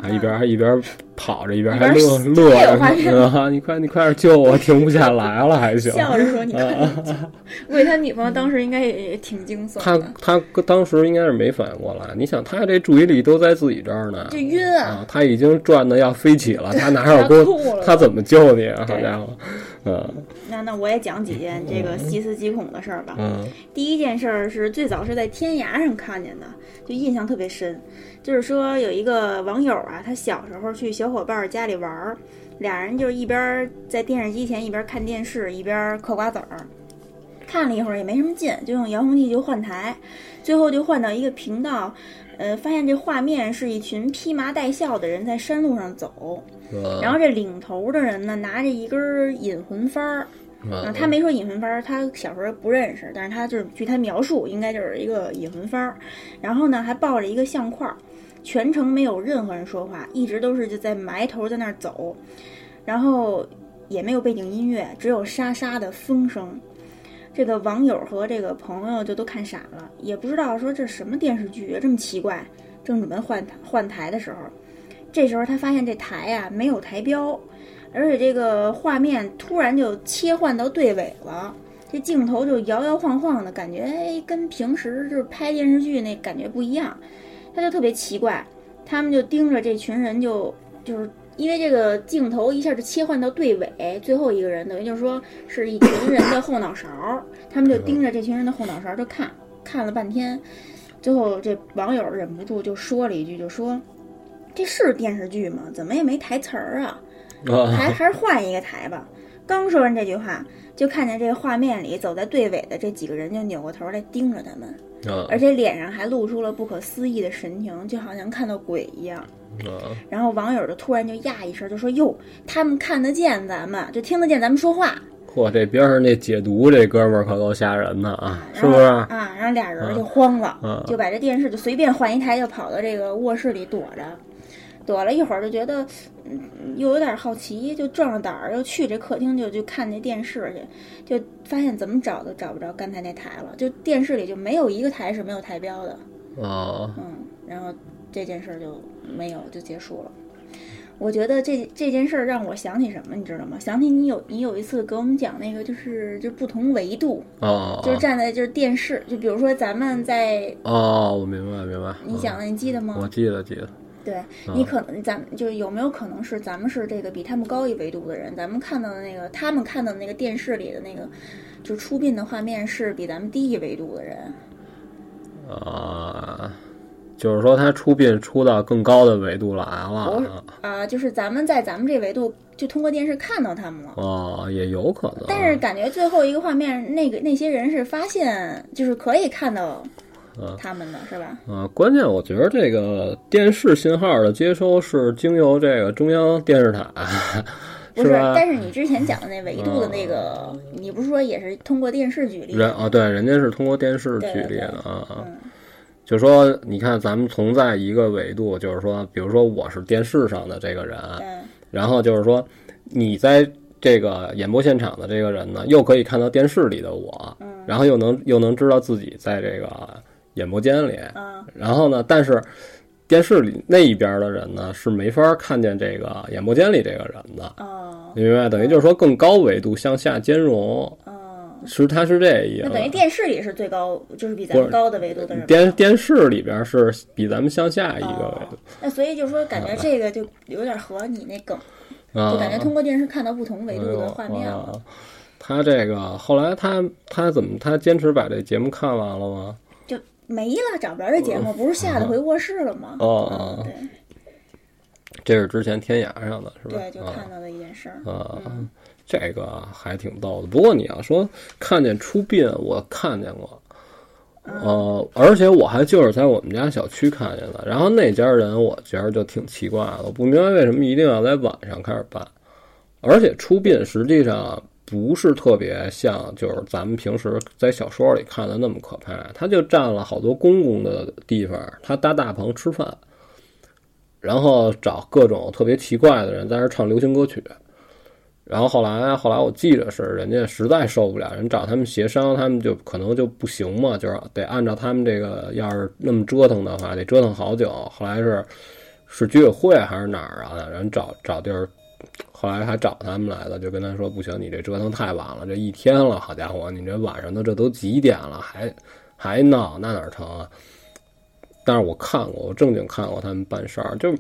[SPEAKER 2] 还一边还一边跑着一边
[SPEAKER 1] 嗯一
[SPEAKER 2] 还
[SPEAKER 1] 边
[SPEAKER 2] 乐
[SPEAKER 1] 笑
[SPEAKER 2] 乐
[SPEAKER 1] 我 发现
[SPEAKER 2] 着啊，你快你快点救我，停不下来了还行，
[SPEAKER 1] 笑着说你看， 我估计他女朋友当时应该也也挺惊悚
[SPEAKER 2] 他
[SPEAKER 1] 的，
[SPEAKER 2] 他当时应该是没反应过来，你想他这注意力都在自己这儿呢，
[SPEAKER 1] 就晕啊，
[SPEAKER 2] 啊，他已经转的要飞起了，他哪有
[SPEAKER 1] 他
[SPEAKER 2] 功
[SPEAKER 1] 吐了？
[SPEAKER 2] 他怎么救你啊？好
[SPEAKER 1] 对
[SPEAKER 2] 家伙，嗯
[SPEAKER 1] 那那我也讲几件这个细思极恐的事儿吧。
[SPEAKER 2] 嗯
[SPEAKER 1] 第一件事儿是最早是在天涯上看见的，就印象特别深。就是说有一个网友啊，他小时候去小伙伴儿家里玩儿，俩人就是一边儿在电视机前一边儿看电视，一边儿嗑瓜子儿。看了一会儿也没什么劲，就用遥控器就换台，最后就换到一个频道，呃，发现这画面是一群披麻戴孝的人在山路上走，
[SPEAKER 2] 嗯
[SPEAKER 1] 然后这领头的人呢拿着一根儿引魂幡儿，
[SPEAKER 2] 嗯
[SPEAKER 1] 啊，他没说引魂幡儿，他小时候不认识，但是他就是据他描述，应该就是一个引魂幡儿，然后呢还抱着一个相框儿，全程没有任何人说话，一直都是就在埋头在那儿走，然后也没有背景音乐，只有沙沙的风声。这个网友和这个朋友就都看傻了，也不知道说这什么电视剧啊，这么奇怪。正准备换台换台的时候，这时候他发现这台呀、没有台标，而且这个画面突然就切换到队尾了，这镜头就摇摇晃晃的，感觉哎跟平时就是拍电视剧那感觉不一样，他就特别奇怪，他们就盯着这群人就就是。因为这个镜头一下就切换到队尾，最后一个人等于就是说是一群人的后脑勺，他们就盯着这群人的后脑勺就看，看了半天，最后这网友忍不住就说了一句，就说：“这是电视剧吗？怎么也没台词儿啊？”还
[SPEAKER 2] 啊，
[SPEAKER 1] 还是换一个台吧。刚说完这句话，就看见这个画面里走在队尾的这几个人就扭过头来盯着他们，
[SPEAKER 2] 啊
[SPEAKER 1] 而且脸上还露出了不可思议的神情，就好像看到鬼一样。
[SPEAKER 2] 啊
[SPEAKER 1] 然后网友就突然就呀一声，就说：“哟，他们看得见咱们，就听得见咱们说话，
[SPEAKER 2] 嚯，这边上那解读这哥们儿可够吓人的啊，是
[SPEAKER 1] 然
[SPEAKER 2] 不
[SPEAKER 1] 后
[SPEAKER 2] 是？
[SPEAKER 1] 啊？”然后俩人就慌了，
[SPEAKER 2] 嗯
[SPEAKER 1] 就把这电视就随便换一台，就跑到这个卧室里躲着。躲了一会儿，就觉得，嗯，又有点好奇，就壮着胆儿又去这客厅就就看那电视去，就发现怎么找都找不着刚才那台了，就电视里就没有一个台是没有台标的，
[SPEAKER 2] 啊，
[SPEAKER 1] 嗯，然后这件事儿就没有就结束了。我觉得这这件事儿让我想起什么，你知道吗？想起你有你有一次给我们讲那个，就是就不同维度，
[SPEAKER 2] 哦
[SPEAKER 1] 就是站在就是电视，就比如说咱们在
[SPEAKER 2] 哦，我明白明白。
[SPEAKER 1] 你讲的，你记得吗？
[SPEAKER 2] 嗯我嗯记得记得，
[SPEAKER 1] 对你可能咱们就是有没有可能是咱们是这个比他们高一维度的人，咱们看到的那个他们看到的那个电视里的那个就出殡的画面是比咱们低一维度的人，
[SPEAKER 2] 啊，就是说他出殡出到更高的维度来
[SPEAKER 1] 我
[SPEAKER 2] 了，
[SPEAKER 1] 啊、就是咱们在咱们这维度就通过电视看到他们了。
[SPEAKER 2] 哦，也有可能。
[SPEAKER 1] 但是感觉最后一个画面，那个那些人是发现，就是可以看到
[SPEAKER 2] 嗯
[SPEAKER 1] 他们的，是吧？
[SPEAKER 2] 啊，关键我觉得这个电视信号的接收是经由这个中央电视塔，
[SPEAKER 1] 不是，
[SPEAKER 2] 吧？嗯
[SPEAKER 1] 但是你之前讲的那维度的那个，你不是说也是通过电视举例？
[SPEAKER 2] 人啊，对，人家是通过电视
[SPEAKER 1] 对
[SPEAKER 2] 举
[SPEAKER 1] 对
[SPEAKER 2] 例
[SPEAKER 1] 对
[SPEAKER 2] 的啊。啊
[SPEAKER 1] 嗯
[SPEAKER 2] 就说你看，咱们同在一个维度，就是说，比如说我是电视上的这个人，啊
[SPEAKER 1] 嗯，
[SPEAKER 2] 然后就是说你在这个演播现场的这个人呢，又可以看到电视里的我，
[SPEAKER 1] 嗯
[SPEAKER 2] 然后又能又能知道自己在这个演播间里，
[SPEAKER 1] 嗯
[SPEAKER 2] 然后呢，但是电视里那一边的人呢是没法看见这个演播间里这个人的，
[SPEAKER 1] 哦
[SPEAKER 2] 你明白？等于就是说更高维度向下兼容，
[SPEAKER 1] 哦，
[SPEAKER 2] 是它是这意
[SPEAKER 1] 那
[SPEAKER 2] 思
[SPEAKER 1] 等。于电视里是最高，就是比咱
[SPEAKER 2] 呃
[SPEAKER 1] 们
[SPEAKER 2] 不是
[SPEAKER 1] 高的维度的人。
[SPEAKER 2] 电电视里边是比咱们向下一个维
[SPEAKER 1] 哦那所以就说，感觉这个就有点和你那梗，
[SPEAKER 2] 度， 啊，
[SPEAKER 1] 就感觉通过电视看到不同维度的画面
[SPEAKER 2] 哎呦
[SPEAKER 1] 了。
[SPEAKER 2] 啊他这个后来他他怎么他坚持把这节目看完了吗？
[SPEAKER 1] 就没了，找不着这节目，不是吓得回卧室了吗？
[SPEAKER 2] 哦
[SPEAKER 1] 嗯
[SPEAKER 2] 哦
[SPEAKER 1] 对
[SPEAKER 2] 这是之前天涯上的是吧？
[SPEAKER 1] 对，就看到的一件事儿。
[SPEAKER 2] 啊，这个还挺逗的。不过你要说看见出殡，我看见过，呃，而且我还就是在我们家小区看见的。然后那家人，我觉得就挺奇怪的，我不明白为什么一定要在晚上开始办，而且出殡实际上。不是特别像，就是咱们平时在小说里看的那么可怕。他就占了好多公共的地方，他搭大棚吃饭，然后找各种特别奇怪的人在那儿唱流行歌曲，然后后来后来我记着是人家实在受不了，人找他们协商，他们就可能就不行嘛，就是得按照他们这个，要是那么折腾的话，得折腾好久。后来是是居委会还是哪儿啊？人找找地儿，后来还找他们来的，就跟他说不行，你这折腾太晚了，这一天了，好家伙，你这晚上都这都几点了，还还闹，那哪成啊？但是我看过，我正经看过他们办事儿，就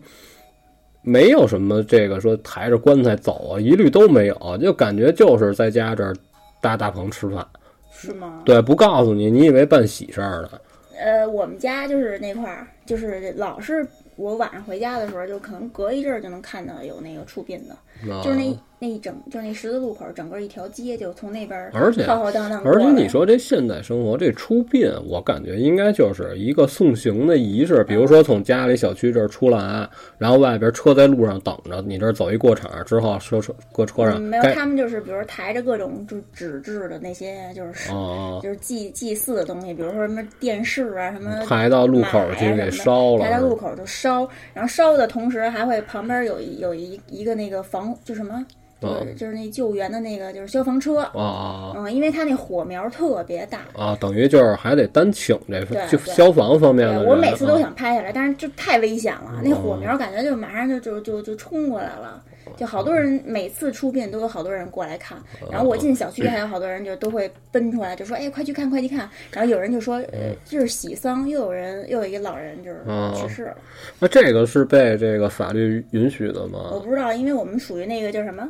[SPEAKER 2] 没有什么这个说抬着棺材走啊，一律都没有，就感觉就是在家这儿搭大棚吃饭。
[SPEAKER 1] 是吗？
[SPEAKER 2] 对，不告诉你，你以为办喜事儿呢。
[SPEAKER 1] 呃，我们家就是那块儿，就是老是我晚上回家的时候，就可能隔一阵儿就能看到有那个出殡的，
[SPEAKER 2] 啊
[SPEAKER 1] 就是那那一整就是那十字路口，整个一条街就从那边儿
[SPEAKER 2] 而且
[SPEAKER 1] 浩浩荡荡过
[SPEAKER 2] 而
[SPEAKER 1] 来。
[SPEAKER 2] 且你说这现代生活这出殡，我感觉应该就是一个送行的仪式，比如说从家里小区这儿出来，然后外边车在路上等着，你这儿走一过场之后，车车搁车
[SPEAKER 1] 嗯
[SPEAKER 2] 上
[SPEAKER 1] 没有，
[SPEAKER 2] 该
[SPEAKER 1] 他们就是比如抬着各种就纸质的那些就是、
[SPEAKER 2] 啊
[SPEAKER 1] 就是祭祭祀的东西，比如说什么电视啊什么。
[SPEAKER 2] 抬到嗯路口
[SPEAKER 1] 买
[SPEAKER 2] 去
[SPEAKER 1] 啊什么的
[SPEAKER 2] 给烧了
[SPEAKER 1] 抬，到路口就烧，然后烧的同时还会旁边有一有一一个那个防就什么，
[SPEAKER 2] 哦
[SPEAKER 1] 就是、就是那救援的那个就是消防车，
[SPEAKER 2] 啊啊
[SPEAKER 1] 嗯，因为它那火苗特别大，
[SPEAKER 2] 啊！等于就是还得单请这
[SPEAKER 1] 对
[SPEAKER 2] 就
[SPEAKER 1] 对
[SPEAKER 2] 消防方面的
[SPEAKER 1] 对
[SPEAKER 2] 人，
[SPEAKER 1] 我每次都
[SPEAKER 2] 啊
[SPEAKER 1] 想拍下来，但是就太危险了，那
[SPEAKER 2] 嗯
[SPEAKER 1] 火苗感觉就马上就就就就冲过来了，就好多
[SPEAKER 2] 嗯
[SPEAKER 1] 人每次出殡都有好多人过来看，然后我进小
[SPEAKER 2] 嗯
[SPEAKER 1] 区还有好多人就都会奔出来就说，哎，快去看，快去看，然后有人就说，
[SPEAKER 2] 嗯
[SPEAKER 1] 呃，这是喜丧，又有人又有一个老人就是
[SPEAKER 2] 哦
[SPEAKER 1] 去世了，
[SPEAKER 2] 那这个是被这个法律允许的
[SPEAKER 1] 我
[SPEAKER 2] 吗？
[SPEAKER 1] 不知道，因为我们属于那个叫什么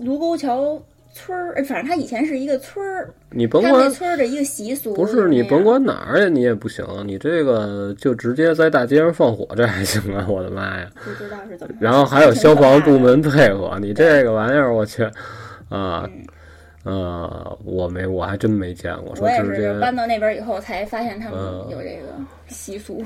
[SPEAKER 1] 卢沟桥。村儿，呃反正它以前是一个村儿，
[SPEAKER 2] 你
[SPEAKER 1] 它
[SPEAKER 2] 甭
[SPEAKER 1] 那
[SPEAKER 2] 管。
[SPEAKER 1] 村儿的一个习俗。
[SPEAKER 2] 不是你甭，管哪儿呀，你也不行，你这个就直接在大街上放火，这还行啊！ 我的妈呀！
[SPEAKER 1] 不知道是怎么回事。
[SPEAKER 2] 然后还有
[SPEAKER 1] 挺
[SPEAKER 2] 消
[SPEAKER 1] 可怕
[SPEAKER 2] 防
[SPEAKER 1] 的
[SPEAKER 2] 部门配 合，你这个玩意儿，我去，啊，呃，我没，我还真没见过，
[SPEAKER 1] 嗯
[SPEAKER 2] 说
[SPEAKER 1] 我也
[SPEAKER 2] 直
[SPEAKER 1] 是，就
[SPEAKER 2] 接
[SPEAKER 1] 是搬到那边以后才发现他们有这个习俗。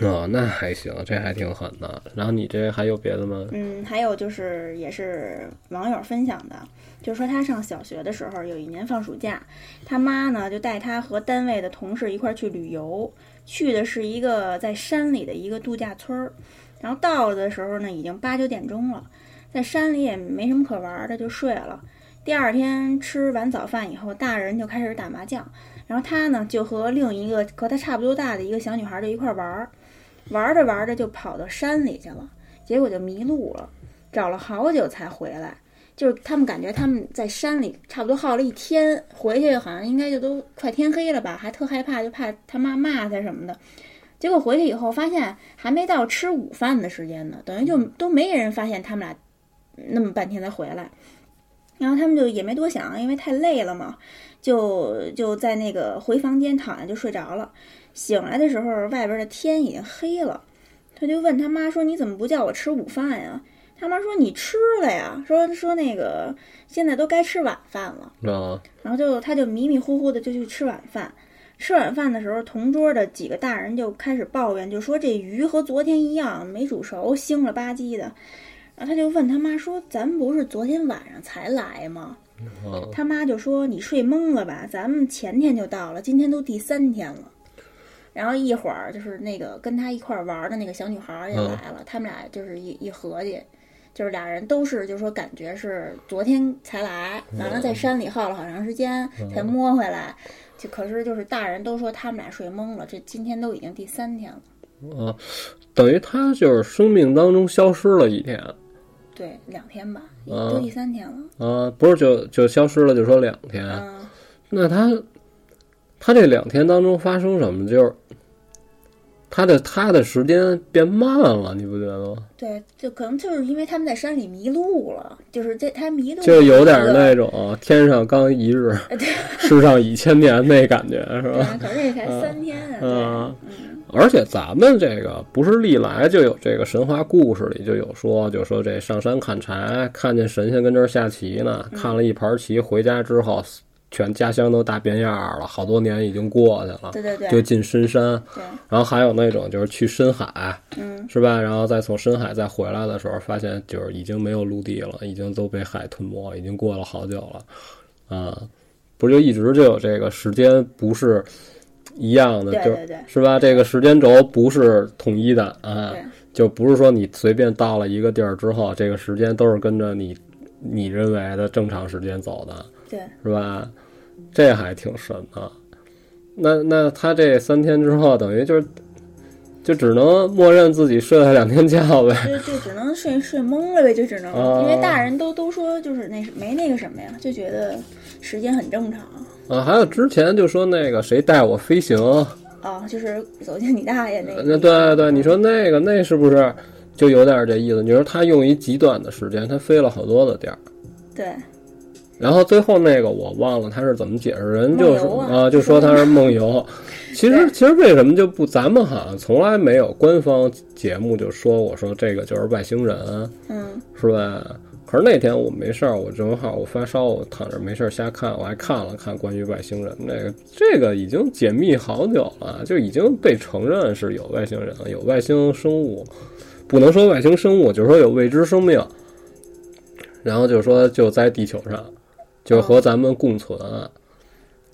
[SPEAKER 2] 啊，那还行，这还挺狠的。然后你这还有别的吗？
[SPEAKER 1] 嗯，还有就是也是网友分享的，就是说他上小学的时候，有一年放暑假，他妈呢就带他和单位的同事一块儿去旅游，去的是一个在山里的一个度假村儿，然后到的时候呢已经八九点钟了，在山里也没什么可玩儿的，就睡了。第二天吃完早饭以后，大人就开始打麻将，然后他呢就和另一个和他差不多大的一个小女孩儿就一块儿玩儿，玩儿着玩儿着就跑到山里去了。结果就迷路了，找了好久才回来。就是他们感觉他们在山里差不多耗了一天，回去好像应该就都快天黑了吧，还特害怕，就怕他妈骂他什么的。结果回去以后发现还没到吃午饭的时间呢，等于就都没人发现他们俩那么半天才回来。然后他们就也没多想，因为太累了嘛，就就在那个回房间躺下就睡着了。醒来的时候，外边的天已经黑了。他就问他妈说：“你怎么不叫我吃午饭呀？”他妈说：“你吃了呀，说说那个现在都该吃晚饭了。
[SPEAKER 2] 啊”
[SPEAKER 1] 然后就他就迷迷糊糊的就去吃晚饭。吃晚饭的时候，同桌的几个大人就开始抱怨，就说这鱼和昨天一样没煮熟，腥了吧唧的。然后他就问他妈说：“咱不是昨天晚上才来吗？”
[SPEAKER 2] 啊
[SPEAKER 1] 他妈就说：“你睡懵了吧？咱们前天就到了，今天都第三天了。”然后一会儿就是那个跟他一块儿玩儿的那个小女孩儿也
[SPEAKER 2] 嗯
[SPEAKER 1] 来了，他们俩就是一一合计，就是俩人都是就说感觉是昨天才来，完了
[SPEAKER 2] 嗯
[SPEAKER 1] 在山里耗了好长时间才摸回来，就可是就是大人都说他们俩睡懵了，这今天都已经第三天了。
[SPEAKER 2] 啊！等于他就是生命当中消失了一天
[SPEAKER 1] 对，两天吧，一
[SPEAKER 2] 嗯
[SPEAKER 1] 都第三天了。
[SPEAKER 2] 啊，不是就就消失了，就说两天。
[SPEAKER 1] 嗯，
[SPEAKER 2] 那他他这两天当中发生什么？就是他的他的时间变慢了，你不觉得吗？
[SPEAKER 1] 对，就可能就是因为他们在山里迷路了，就是这他迷路，
[SPEAKER 2] 就有点那种天上刚 一日，世上已千年那感觉，是
[SPEAKER 1] 对
[SPEAKER 2] 吧？
[SPEAKER 1] 啊，可是也才三天啊，
[SPEAKER 2] 嗯
[SPEAKER 1] 对，嗯，
[SPEAKER 2] 而且咱们这个不是历来就有这个神话故事里就有说，就说这上山砍柴，看见神仙跟这儿下棋呢，
[SPEAKER 1] 嗯
[SPEAKER 2] 看了一盘棋，回家之后全家乡都大变样儿了，好多年已经过去了，
[SPEAKER 1] 对对对
[SPEAKER 2] 嗯就进深山。
[SPEAKER 1] 对，
[SPEAKER 2] 然后还有那种就是去深海，
[SPEAKER 1] 嗯，
[SPEAKER 2] 是吧？然后再从深海再回来的时候，发现就是已经没有陆地了，已经都被海吞没，已经过了好久了，啊、不是就一直就有这个时间不是一样的，
[SPEAKER 1] 对
[SPEAKER 2] 就
[SPEAKER 1] 对对
[SPEAKER 2] 是吧？这个时间轴不是统一的啊
[SPEAKER 1] 对，
[SPEAKER 2] 就不是说你随便到了一个地儿之后，这个时间都是跟着你你认为的正常时间走的，
[SPEAKER 1] 对，
[SPEAKER 2] 是吧？这还挺神的。那那他这三天之后，等于就是就只能默认自己睡了两天觉呗。
[SPEAKER 1] 就就只能睡睡懵了呗，就只能，
[SPEAKER 2] 哦
[SPEAKER 1] 因为大人都都说就是那没那个什么呀，就觉得时间很正常
[SPEAKER 2] 啊，还有之前就说那个谁带我飞行，
[SPEAKER 1] 啊，就是走进你大爷那个，
[SPEAKER 2] 呃那对对，你说那个那是不是就有点这意思？你说他用一极短的时间，他飞了好多的地儿
[SPEAKER 1] 对，
[SPEAKER 2] 然后最后那个我忘了他是怎么解释，人就
[SPEAKER 1] 梦游啊
[SPEAKER 2] 是就说他是梦 游。其实其实为什么就不？咱们好像从来没有官方节目就说我说这个就是外星人，啊
[SPEAKER 1] 嗯，
[SPEAKER 2] 是吧？可是那天我没事儿，我正好我发烧，我躺着没事儿瞎看，我还看了看关于外星人那个，这个已经解密好久了，就已经被承认是有外星人了，有外星生物，不能说外星生物，就是说有未知生命，然后就是说就在地球上，就是和咱们共存。啊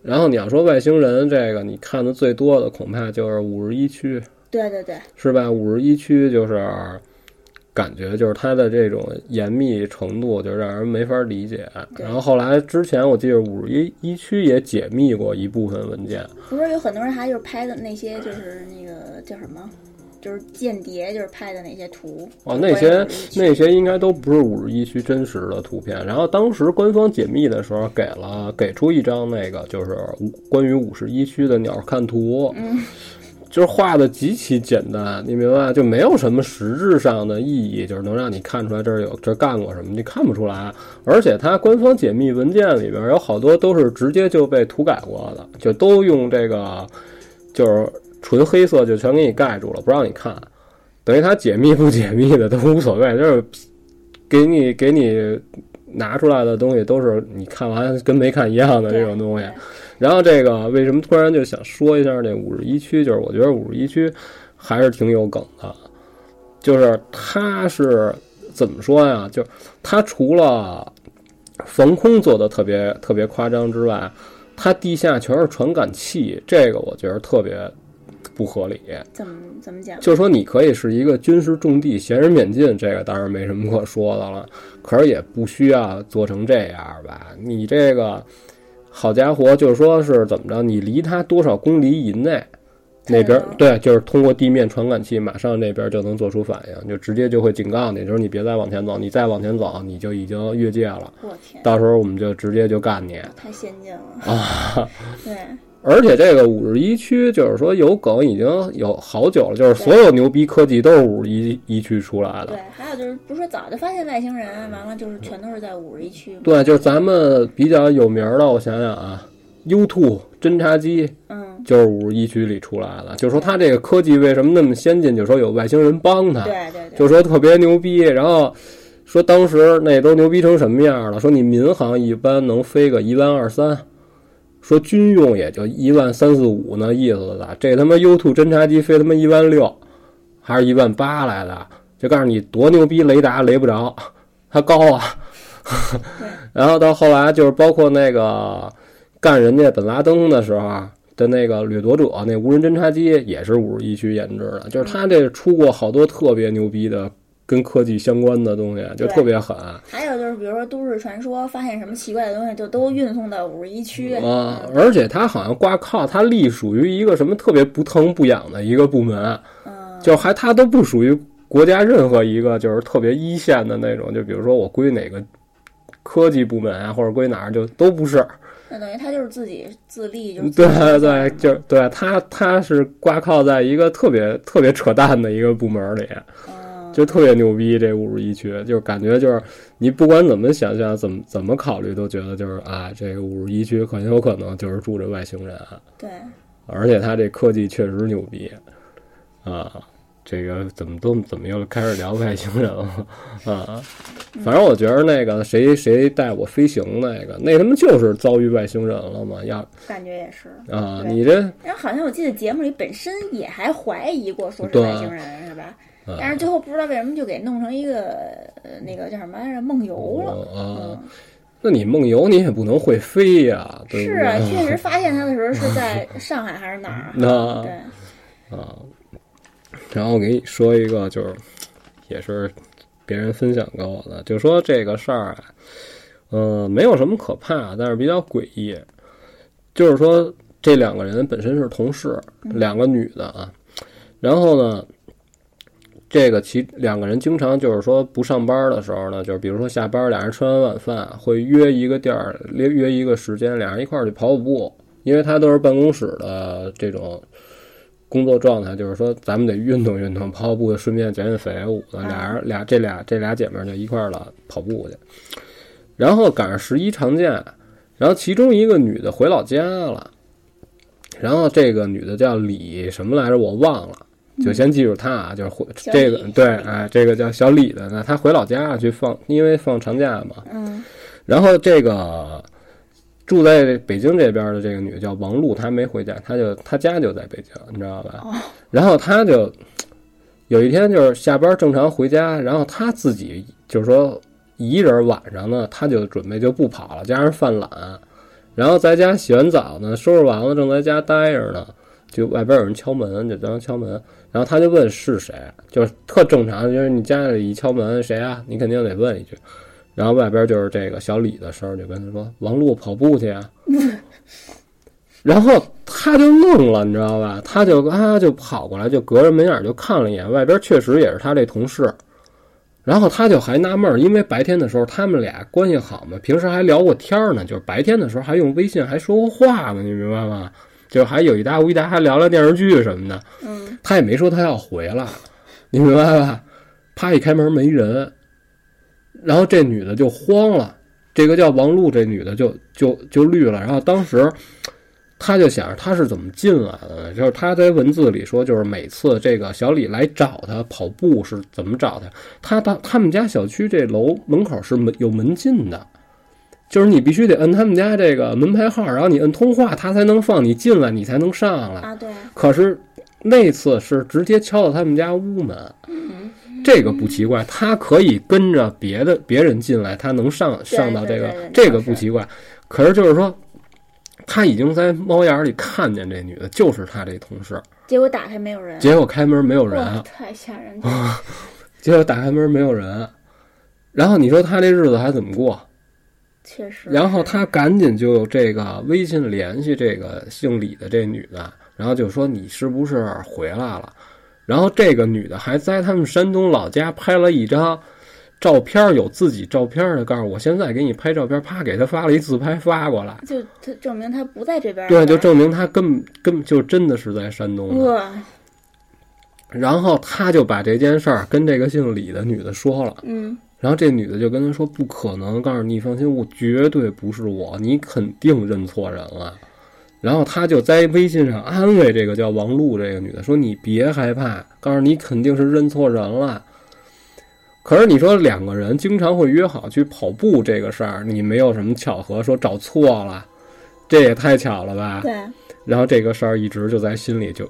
[SPEAKER 2] 然后你要说外星人这个，你看的最多的恐怕就是五十一区，
[SPEAKER 1] 对对对，
[SPEAKER 2] 是吧？五十一区就是感觉就是它的这种严密程度，就让人没法理解。
[SPEAKER 1] 对
[SPEAKER 2] 然后后来之前我记得五十一一区也解密过一部分文件，
[SPEAKER 1] 不是有很多人还就是拍的那些就是那个叫什么，就是间谍就是拍的那些图
[SPEAKER 2] 哦，那些
[SPEAKER 1] 就是
[SPEAKER 2] 那些应该都不是五十一区真实的图片。然后当时官方解密的时候，给了给出一张那个就是五关于五十一区的鸟瞰图，
[SPEAKER 1] 嗯
[SPEAKER 2] 就是画的极其简单，你明白吧？就没有什么实质上的意义，就是能让你看出来这儿有这儿干过什么，你看不出来。而且它官方解密文件里边有好多都是直接就被涂改过的，就都用这个就是纯黑色就全给你盖住了，不让你看。等于它解密不解密的都无所谓，就是给你给你拿出来的东西都是你看完跟没看一样的这种东西。然后这个为什么突然就想说一下这五十一区？就是我觉得五十一区还是挺有梗的，就是它是怎么说呀？就是它除了防空做的特别特别夸张之外，它地下全是传感器，这个我觉得特别不合理。
[SPEAKER 1] 怎么怎么讲？
[SPEAKER 2] 就是说，你可以是一个军事重地，闲人免进，这个当然没什么可说的了。可是也不需要做成这样吧？你这个好家伙，就是说是怎么着？你离它多少公里以内，那边
[SPEAKER 1] 嗯
[SPEAKER 2] 对，就是通过地面传感器，马上那边就能做出反应，就直接就会警告你，就是你别再往前走，你再往前走，你就已经越界了。
[SPEAKER 1] 我天，
[SPEAKER 2] 到时候我们就直接就干你。
[SPEAKER 1] 太先进了啊！ 对，
[SPEAKER 2] 而且这个五十一区，就是说有梗已经有好久了，就是所有牛逼科技都是五十一一区出来的
[SPEAKER 1] 对。，还有就是，不是说早就发现外星人，完了就是全都是在五十一区吗？
[SPEAKER 2] 对，就是咱们比较有名的，我想想啊，U two 侦察机
[SPEAKER 1] 嗯，
[SPEAKER 2] 就是五十一区里出来的。就是说它这个科技为什么那么先进，就说有外星人帮它，
[SPEAKER 1] 对对对，
[SPEAKER 2] 啊就说特别牛逼，然后。说当时那都牛逼成什么样了？说你民航一般能飞个一万二三，说军用也就一万三四五那意思的，这他妈 U two 侦察机飞他妈一万六，还是一万八来的，就告诉你多牛逼，雷达雷不着，它高啊。 然后到后来就是包括那个干人家本拉登的时候啊的那个掠夺者那无人侦察机也是五十一区研制的，就是他这出过好多特别牛逼的跟科技相关的东西，就特别狠。
[SPEAKER 1] 还有就是，比如说都市传说，发现什么奇怪的东西，就都运送到五十一区。
[SPEAKER 2] 啊，而且它好像挂靠，它隶属于一个什么特别不疼不痒的一个部门，
[SPEAKER 1] 嗯，
[SPEAKER 2] 就还它都不属于国家任何一个就是特别一线的那种，就比如说我归哪个科技部门啊，或者归哪儿就都不是，
[SPEAKER 1] 那等于他就是自己自立，就是自己
[SPEAKER 2] 嗯对对，就对它它是挂靠在一个特别特别扯淡的一个部门里，
[SPEAKER 1] 嗯，
[SPEAKER 2] 就特别牛逼。这五十一区就是感觉就是你不管怎么想象，怎么怎么考虑，都觉得就是啊，这个五十一区很有可能就是住着外星人啊。
[SPEAKER 1] 对，
[SPEAKER 2] 而且它这科技确实牛逼啊！这个怎么都怎么又开始聊外星人了啊？反正我觉得那个谁谁带我飞行那个，那他妈就是遭遇外星人了嘛？要
[SPEAKER 1] 感觉也是。
[SPEAKER 2] 啊，
[SPEAKER 1] 对
[SPEAKER 2] 你这
[SPEAKER 1] 然后好像我记得节目里本身也还怀疑过说是
[SPEAKER 2] 对嗯
[SPEAKER 1] 外星人是吧？但是最后不知道为什么就给弄成一个呃那个叫什么来着梦游了。
[SPEAKER 2] 啊
[SPEAKER 1] 嗯，，
[SPEAKER 2] 那你梦游你也不能会飞呀，对
[SPEAKER 1] 是
[SPEAKER 2] 不
[SPEAKER 1] 啊，
[SPEAKER 2] 对？嗯
[SPEAKER 1] 确实发现他的时候是在上海还是哪儿？啊
[SPEAKER 2] 那
[SPEAKER 1] 对，
[SPEAKER 2] 啊然后我给你说一个，就是也是别人分享给我的，就说这个事儿啊，呃，没有什么可怕，但是比较诡异。就是说，这两个人本身是同事，两个女的啊。然后呢，这个其两个人经常就是说不上班的时候呢，就是比如说下班，俩人吃完晚饭会约一个地儿，约约一个时间，俩人一块儿去跑跑步，因为他都是办公室的这种工作状态，就是说咱们得运动运动，跑跑步
[SPEAKER 1] 嗯
[SPEAKER 2] 顺便减减肥。我的俩人俩这俩这俩姐妹儿就一块儿了跑步去，然后赶上十一长假，然后其中一个女的回老家了，然后这个女的叫李什么来着，我忘了，就先记住她啊，就是回
[SPEAKER 1] 嗯小
[SPEAKER 2] 这个
[SPEAKER 1] 李
[SPEAKER 2] 对，哎，这个叫小李的呢，她回老家去放，因为放长假嘛，
[SPEAKER 1] 嗯
[SPEAKER 2] 然后这个住在北京这边的这个女的叫王璐，她没回家，她就她家就在北京，你知道吧？然后她就有一天就是下班正常回家，然后她自己就是说一人晚上呢，她就准备就不跑了，加上犯懒，然后在家洗完澡呢，收拾完了，正在家待着呢。就外边有人敲门，就当敲门，然后她就问是谁，就是特正常，就是你家里一敲门，谁啊？你肯定得问一句，然后外边就是这个小李的声儿，就跟他说：“王璐跑步去啊。”然后他就愣了，你知道吧？他就啊就跑过来，就隔着门眼儿就看了一眼，外边确实也是他这同事。然后他就还纳闷儿，因为白天的时候他们俩关系好嘛，平时还聊过天儿呢，就是白天的时候还用微信还说过话呢，你明白吗？就是还有一搭无一搭还聊聊电视剧什么的。
[SPEAKER 1] 嗯，
[SPEAKER 2] 他也没说他要回来，你明白吧？啪一开门没人，然后这女的就慌了，这个叫王璐这女的就就就绿了，然后当时。她就想着她是怎么进来的呢？就是她在文字里说，就是每次这个小李来找她跑步是怎么找她？她到他们家小区这楼门口是门有门禁的，就是你必须得摁他们家这个门牌号，然后你摁通话，她才能放你进来，你才能上来。
[SPEAKER 1] 啊对，
[SPEAKER 2] 可是那次是直接敲到他们家屋门，这个不奇怪，他可以跟着别的别人进来，他能上
[SPEAKER 1] 对
[SPEAKER 2] 上到这个
[SPEAKER 1] 对对，对
[SPEAKER 2] 这个不奇怪。可是就是说，他已经在猫眼里看见这女的，就是他这同事。
[SPEAKER 1] 结果打开没有人，
[SPEAKER 2] 结果开门没有人，
[SPEAKER 1] 嗯哇，太吓人了，
[SPEAKER 2] 结果打开门没有人，然后你说他这日子还怎么过？
[SPEAKER 1] 确实。
[SPEAKER 2] 然后他赶紧就有这个微信联系这个姓李的这女的，然后就说你是不是回来了？然后这个女的还在他们山东老家拍了一张照片，有自己照片的，告诉我现在给你拍照片，啪给他发了一自拍发过来，
[SPEAKER 1] 就他证明他不在这边儿
[SPEAKER 2] 对，
[SPEAKER 1] 玩，
[SPEAKER 2] 就证明他根本根本就真的是在山东的。
[SPEAKER 1] 哇，
[SPEAKER 2] 然后他就把这件事儿跟这个姓李的女的说了。
[SPEAKER 1] 嗯
[SPEAKER 2] 然后这女的就跟他说：“不可能，告诉你，放心，我绝对不是我，你肯定认错人了。”然后他就在微信上安慰这个叫王璐这个女的说：“你别害怕，告诉你肯定是认错人了。”可是你说两个人经常会约好去跑步这个事儿，你没有什么巧合说找错了，这也太巧了吧？
[SPEAKER 1] 对，
[SPEAKER 2] 然后这个事儿一直就在心里就，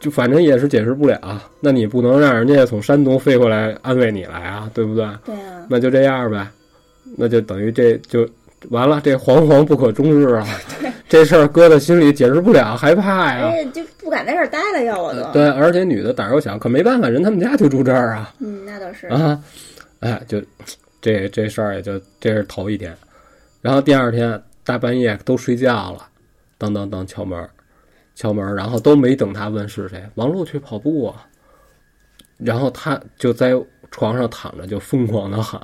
[SPEAKER 2] 就反正也是解释不了。啊那你不能让人家从山东飞回来安慰你来啊，对不对？
[SPEAKER 1] 对啊，
[SPEAKER 2] 那就这样呗，那就等于这就完了，这惶惶不可终日啊。这事儿搁在心里解释不了，害怕哎呀。呃
[SPEAKER 1] 而且就不敢在这儿待了，要哎我都，
[SPEAKER 2] 对，而且女的胆儿又小，可没办法，人他们家就住这儿啊。
[SPEAKER 1] 嗯，那倒是，
[SPEAKER 2] 啊，哎，就这这事儿也就这是头一天，然后第二天大半夜都睡觉了，当当当敲门儿，敲门儿，然后都没等他问是谁，王璐去跑步啊，然后他就在床上躺着就疯狂的喊，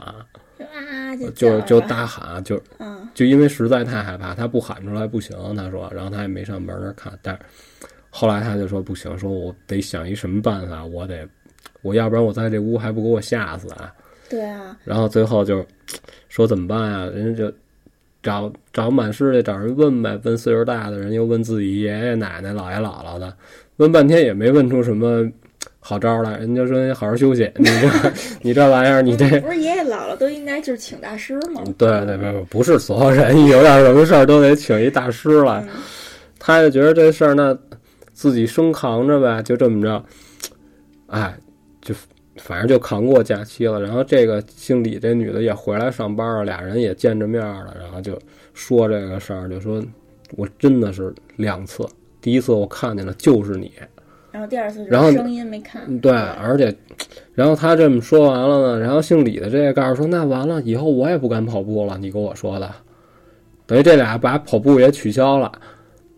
[SPEAKER 1] 就啊就
[SPEAKER 2] 就
[SPEAKER 1] 叫
[SPEAKER 2] 就
[SPEAKER 1] 着
[SPEAKER 2] 大喊，就
[SPEAKER 1] 嗯
[SPEAKER 2] 就因为实在太害怕，他不喊出来不行，他说，然后他也没上门那儿看，但是后来他就说不行，说我得想一什么办法，我得，我要不然我在这屋还不给我吓死啊。
[SPEAKER 1] 对啊，
[SPEAKER 2] 然后最后就说怎么办呀？人家就找找满世界找人问呗，问岁数大的人，又问自己爷爷奶奶、姥爷姥姥的，问半天也没问出什么好招来。人家说你好好休息，你这 你这玩意儿，你这
[SPEAKER 1] 不是爷爷姥姥都应该就是请大师吗？
[SPEAKER 2] 嗯对对对，不是所有人有点什么事儿都得请一大师来。
[SPEAKER 1] 嗯
[SPEAKER 2] 他就觉得这事儿那自己生扛着呗，就这么着，哎，就反正就扛过假期了。然后这个姓李这女的也回来上班了，俩人也见着面了，然后就说这个事儿，就说我真的是两次，第一次我看见了就是你，
[SPEAKER 1] 然后第二次
[SPEAKER 2] 然后嗯
[SPEAKER 1] 是声音没看，
[SPEAKER 2] 对，而且，然后他这么说完了呢，然后姓李的这个告诉说，那完了，以后我也不敢跑步了，你跟我说的，等于这俩把跑步也取消了，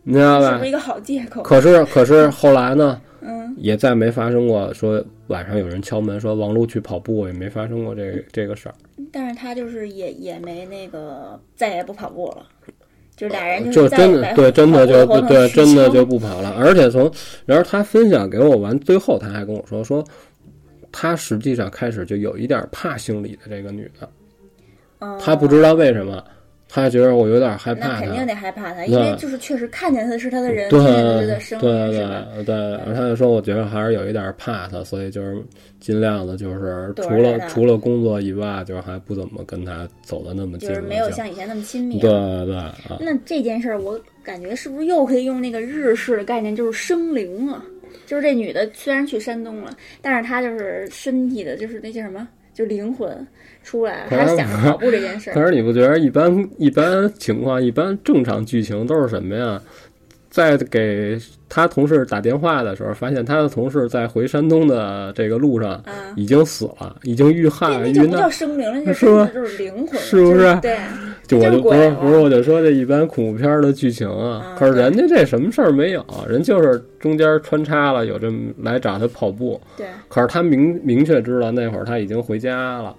[SPEAKER 2] 你知道
[SPEAKER 1] 是
[SPEAKER 2] 吧
[SPEAKER 1] 不是？一个好借口？
[SPEAKER 2] 嗯可是可是后来呢，
[SPEAKER 1] 嗯，
[SPEAKER 2] 也再没发生过说晚上有人敲门说王璐去跑步，也没发生过这个这个事儿，
[SPEAKER 1] 但是他就是也也没那个，再也不跑步了，就俩人
[SPEAKER 2] 呃就是
[SPEAKER 1] 在
[SPEAKER 2] 真的对真的就不对真的就不跑了。而且从然后他分享给我完，最后他还跟我说说，他实际上开始就有一点怕姓李的这个女的。
[SPEAKER 1] 嗯，
[SPEAKER 2] 他不知道为什么，他觉得我有点害
[SPEAKER 1] 那
[SPEAKER 2] 怕
[SPEAKER 1] 肯定
[SPEAKER 2] 他。
[SPEAKER 1] 得害怕他，因为
[SPEAKER 2] 对
[SPEAKER 1] 就是确实看见他是他的人，
[SPEAKER 2] 对
[SPEAKER 1] 听
[SPEAKER 2] 对
[SPEAKER 1] 见他是他的声音，是吧？
[SPEAKER 2] 对对，然后他就说，我觉得还是有一点怕他，所以就是尽量的，就是
[SPEAKER 1] 躲着
[SPEAKER 2] 除了
[SPEAKER 1] 点儿
[SPEAKER 2] 除了工作以外，就是还不怎么跟他走的那么近
[SPEAKER 1] 就是
[SPEAKER 2] 了，
[SPEAKER 1] 没有像以前那么亲密
[SPEAKER 2] 对
[SPEAKER 1] 了。
[SPEAKER 2] 对啊，
[SPEAKER 1] 那这件事儿，我感觉是不是又可以用那个日式的概念，就是生灵啊？就是这女的虽然去山东了，但是她就是身体的，就是那叫什么，就灵魂出来了，
[SPEAKER 2] 可是
[SPEAKER 1] 她想着跑步这件事 儿。啊
[SPEAKER 2] 可是你不觉得一般一般情况，一般正常剧情都是什么呀？在给他同事打电话的时候，发现他的同事在回山东的这个路上
[SPEAKER 1] 啊，
[SPEAKER 2] 已经死了，已经遇害
[SPEAKER 1] 这那
[SPEAKER 2] 遇
[SPEAKER 1] 就不叫
[SPEAKER 2] 难，
[SPEAKER 1] 生灵了，那就是
[SPEAKER 2] 吗
[SPEAKER 1] 就是灵魂了，
[SPEAKER 2] 是不是
[SPEAKER 1] 就对，
[SPEAKER 2] 就我
[SPEAKER 1] 就是
[SPEAKER 2] 就不
[SPEAKER 1] 鬼
[SPEAKER 2] 是
[SPEAKER 1] 了
[SPEAKER 2] 不是，我就说这一般恐怖片的剧情啊
[SPEAKER 1] 啊。
[SPEAKER 2] 可是人家这什么事儿没有，啊人就是中间穿插了有这么来找他跑步，
[SPEAKER 1] 对，
[SPEAKER 2] 可是他明明确知道那会儿他已经回家了。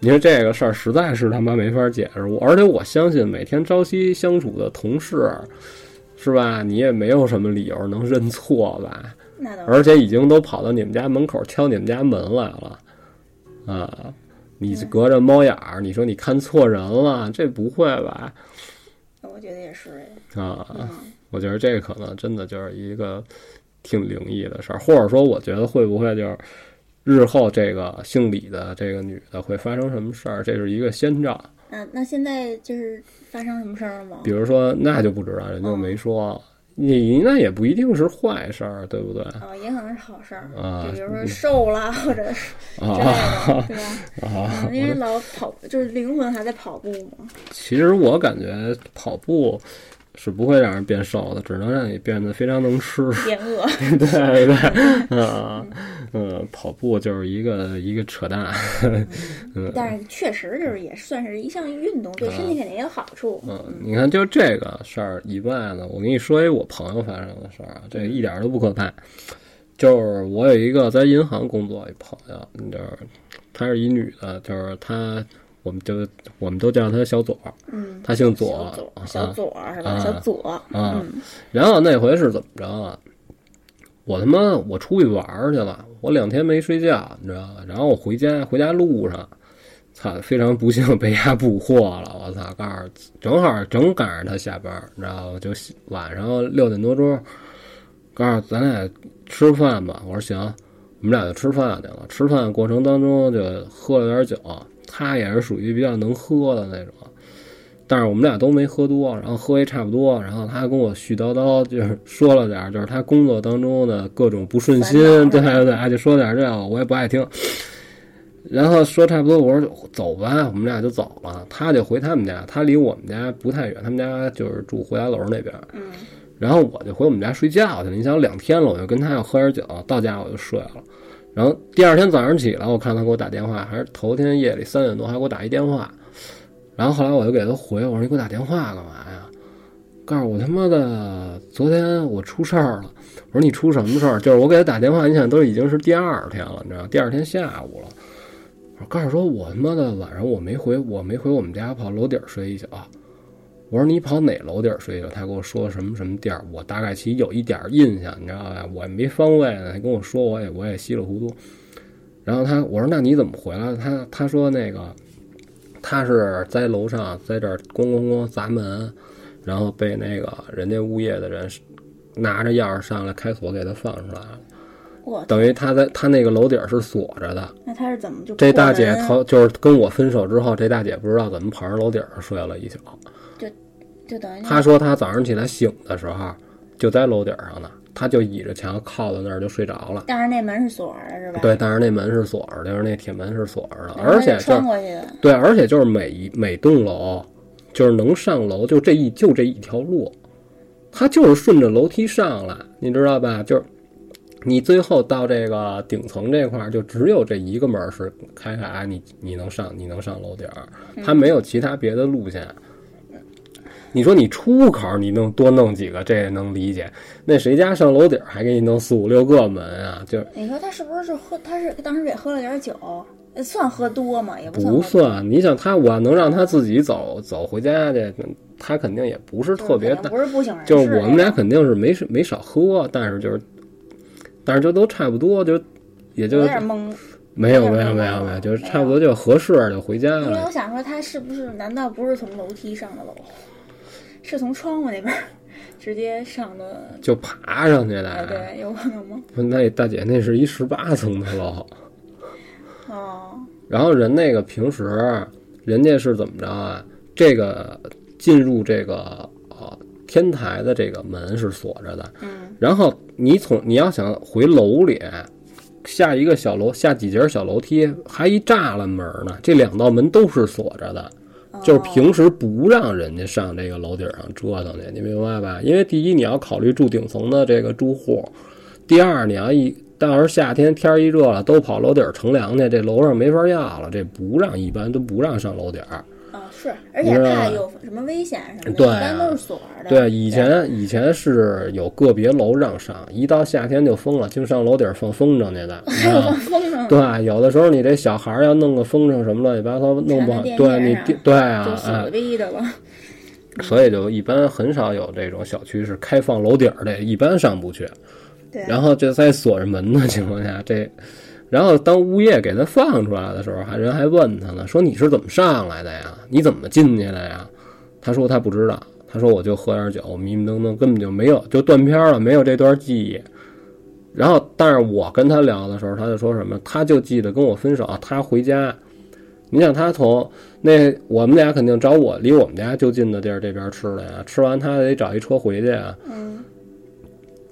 [SPEAKER 2] 你说这个事儿实在是他妈没法解释，我而且我相信每天朝夕相处的同事，是吧？你也没有什么理由能认错吧？
[SPEAKER 1] 那倒是
[SPEAKER 2] 而且已经都跑到你们家门口敲你们家门来了，啊！你隔着猫眼儿，你说你看错人了，这不会吧？
[SPEAKER 1] 我觉得也是，
[SPEAKER 2] 啊！
[SPEAKER 1] 嗯，
[SPEAKER 2] 我觉得这可能真的就是一个挺灵异的事儿，或者说，我觉得会不会就是日后这个姓李的这个女的会发生什么事儿，这是一个先兆。
[SPEAKER 1] 那那现在就是发生什么事儿了吗
[SPEAKER 2] 比？如说，那就不知道，人就没说，你那也不一定是坏事儿，对不对？
[SPEAKER 1] 啊，也可能是好事儿，
[SPEAKER 2] 啊
[SPEAKER 1] 就比如说瘦了或者是之类
[SPEAKER 2] 啊，
[SPEAKER 1] 的，对吧？
[SPEAKER 2] 啊
[SPEAKER 1] 嗯因为老跑就是灵魂还在跑步嘛。
[SPEAKER 2] 其实我感觉跑步。是不会让人变瘦的，只能让你变得非常能吃。
[SPEAKER 1] 变恶，
[SPEAKER 2] 对对，啊，嗯，跑步就是一个一个扯淡。
[SPEAKER 1] 但是确实就是也算是一项运动，对身体肯定也有好处。
[SPEAKER 2] 啊嗯，你看，就这个事儿以外呢，我跟你说一我朋友发生的事儿啊，这一点儿都不可怕。就是我有一个在银行工作一朋友，就是她是一女的，就是她，我们就我们都叫她小左，
[SPEAKER 1] 嗯，
[SPEAKER 2] 她姓左
[SPEAKER 1] 小左，小左是吧？
[SPEAKER 2] 啊
[SPEAKER 1] 小左，
[SPEAKER 2] 啊。然后那回是怎么着啊？我他妈我出去玩儿去了，我两天没睡觉，你知道吗？然后我回家回家路上，操，非常不幸被他捕获了。我操，告诉正好正赶上他下班儿，你知道吗？就晚上六点多钟，告诉咱俩吃饭吧。我说行，我们俩就吃饭去了。吃饭过程当中就喝了点酒，他也是属于比较能喝的那种。但是我们俩都没喝多，然后喝也差不多，然后他跟我絮叨叨，就是说了点儿，就是他工作当中的各种不顺心，对
[SPEAKER 1] 烦恼
[SPEAKER 2] 对对，就说点儿这个，我也不爱听。然后说差不多，我说走吧，我们俩就走了。他就回他们家，他离我们家不太远，他们家就是住胡家楼那边。
[SPEAKER 1] 嗯，
[SPEAKER 2] 然后我就回我们家睡觉去了。你想两天了，我就跟他要喝点酒，到家我就睡了。然后第二天早上起来，我看他给我打电话，还是头天夜里三点多还给我打一电话。然后后来我就给他回，我说你给我打电话干嘛呀？告诉我他妈的，昨天我出事儿了。我说你出什么事儿？就是我给他打电话，你想都已经是第二天了，你知道，第二天下午了。我告诉说，我他妈的晚上我没回，我没回我们家，跑楼顶儿睡一宿。我说你跑哪楼顶儿睡一宿？他给我说什么什么地儿，我大概其有一点儿印象，你知道吧？我也没方位呢，他跟我说，我也我也稀里糊涂。然后他我说那你怎么回来？他他说那个他是在楼上在这儿咣咣咣砸门，然后被那个人家物业的人拿着钥匙上来开锁给他放出来了，
[SPEAKER 1] 我
[SPEAKER 2] 等于他在他那个楼顶儿是锁着的。
[SPEAKER 1] 那他是怎么就
[SPEAKER 2] 这大姐
[SPEAKER 1] 破门
[SPEAKER 2] 逃，就是跟我分手之后，这大姐不知道怎么跑上楼顶上睡了一宿。
[SPEAKER 1] 就等于
[SPEAKER 2] 她说她早上起来醒的时候啊就在楼顶上呢，她就倚着墙靠在那儿就睡着了。
[SPEAKER 1] 但是那门是锁着的是吧？
[SPEAKER 2] 对，但是那门是锁着的，就是那铁门是锁着的，
[SPEAKER 1] 然后
[SPEAKER 2] 而
[SPEAKER 1] 他就
[SPEAKER 2] 且就是
[SPEAKER 1] 穿过去的，
[SPEAKER 2] 对，而且就是每一每栋楼，就是能上楼就这一就这一条路，它就是顺着楼梯上来，你知道吧？就是你最后到这个顶层这块儿，就只有这一个门儿是开开，你你能上你能上楼顶儿，它没有其他别的路线。你说你出口儿你能多弄几个，这也能理解。那谁家上楼顶儿还给你弄四五六个门啊？就是
[SPEAKER 1] 你说他是不是是喝？他是当时也喝了点酒，呃算喝多吗？也不算喝
[SPEAKER 2] 不算，你想他，我要能让他自己走走回家去，他肯定也不是
[SPEAKER 1] 多
[SPEAKER 2] 特别
[SPEAKER 1] 就是
[SPEAKER 2] 大，
[SPEAKER 1] 不是不啊省人事
[SPEAKER 2] 就
[SPEAKER 1] 那种，
[SPEAKER 2] 是我们俩肯定是没没少喝，但是就是，但是就都差不多，就也就
[SPEAKER 1] 有点懵，
[SPEAKER 2] 没有没有没有没有，就是差不多就合适就回家
[SPEAKER 1] 因为我
[SPEAKER 2] 了。
[SPEAKER 1] 想说，他是不是难道不是从楼梯上的楼，是从窗户那边儿 直接上的？
[SPEAKER 2] 就爬上去
[SPEAKER 1] 哎，
[SPEAKER 2] 的，
[SPEAKER 1] 对，有可能吗？
[SPEAKER 2] 那大姐那是一十八层的楼，
[SPEAKER 1] 哦，
[SPEAKER 2] 然后人那个平时人家是怎么着啊？这个进入这个呃天台的这个门是锁着的，
[SPEAKER 1] 嗯，
[SPEAKER 2] 然后你从你要想回楼里，下一个小楼下几节小楼梯，还一栅栏门呢，这两道门都是锁着的，就是平时不让人家上这个楼顶上折腾去，你明白吧？因为第一你要考虑住顶层的这个住户，第二你要一。到时候夏天天儿一热了，都跑楼顶儿乘凉去，这楼上没法要了，这不让一般都不让上楼顶儿。
[SPEAKER 1] 啊，是，而且怕有什么危险啊什么的，
[SPEAKER 2] 对啊
[SPEAKER 1] 一般都是锁着的。
[SPEAKER 2] 对，啊以前以前是有个别楼让上，一到夏天就封了，净上楼顶儿放风筝去 的。你知
[SPEAKER 1] 还有
[SPEAKER 2] 道吗
[SPEAKER 1] 放风筝呢，
[SPEAKER 2] 对，有的时候你这小孩儿要弄个风筝什么乱七八糟，弄不好，
[SPEAKER 1] 缠在电
[SPEAKER 2] 对你
[SPEAKER 1] 线上
[SPEAKER 2] 电对啊
[SPEAKER 1] 就，死
[SPEAKER 2] 哎，
[SPEAKER 1] 逼的了。
[SPEAKER 2] 所以就一般很少有这种小区是开放楼顶儿的，一般上不去。
[SPEAKER 1] 对，啊
[SPEAKER 2] 然后这在锁着门的情况下，这，然后当物业给他放出来的时候，还人还问他呢，说你是怎么上来的呀？你怎么进去的呀？他说他不知道，他说我就喝点酒，迷迷瞪瞪，根本就没有，就断片了，没有这段记忆。然后，但是我跟他聊的时候，他就说什么，他就记得跟我分手，他回家。你想他从那我们俩肯定找我离我们家就近的地儿这边吃的呀，吃完他得找一车回去啊呀。
[SPEAKER 1] 嗯，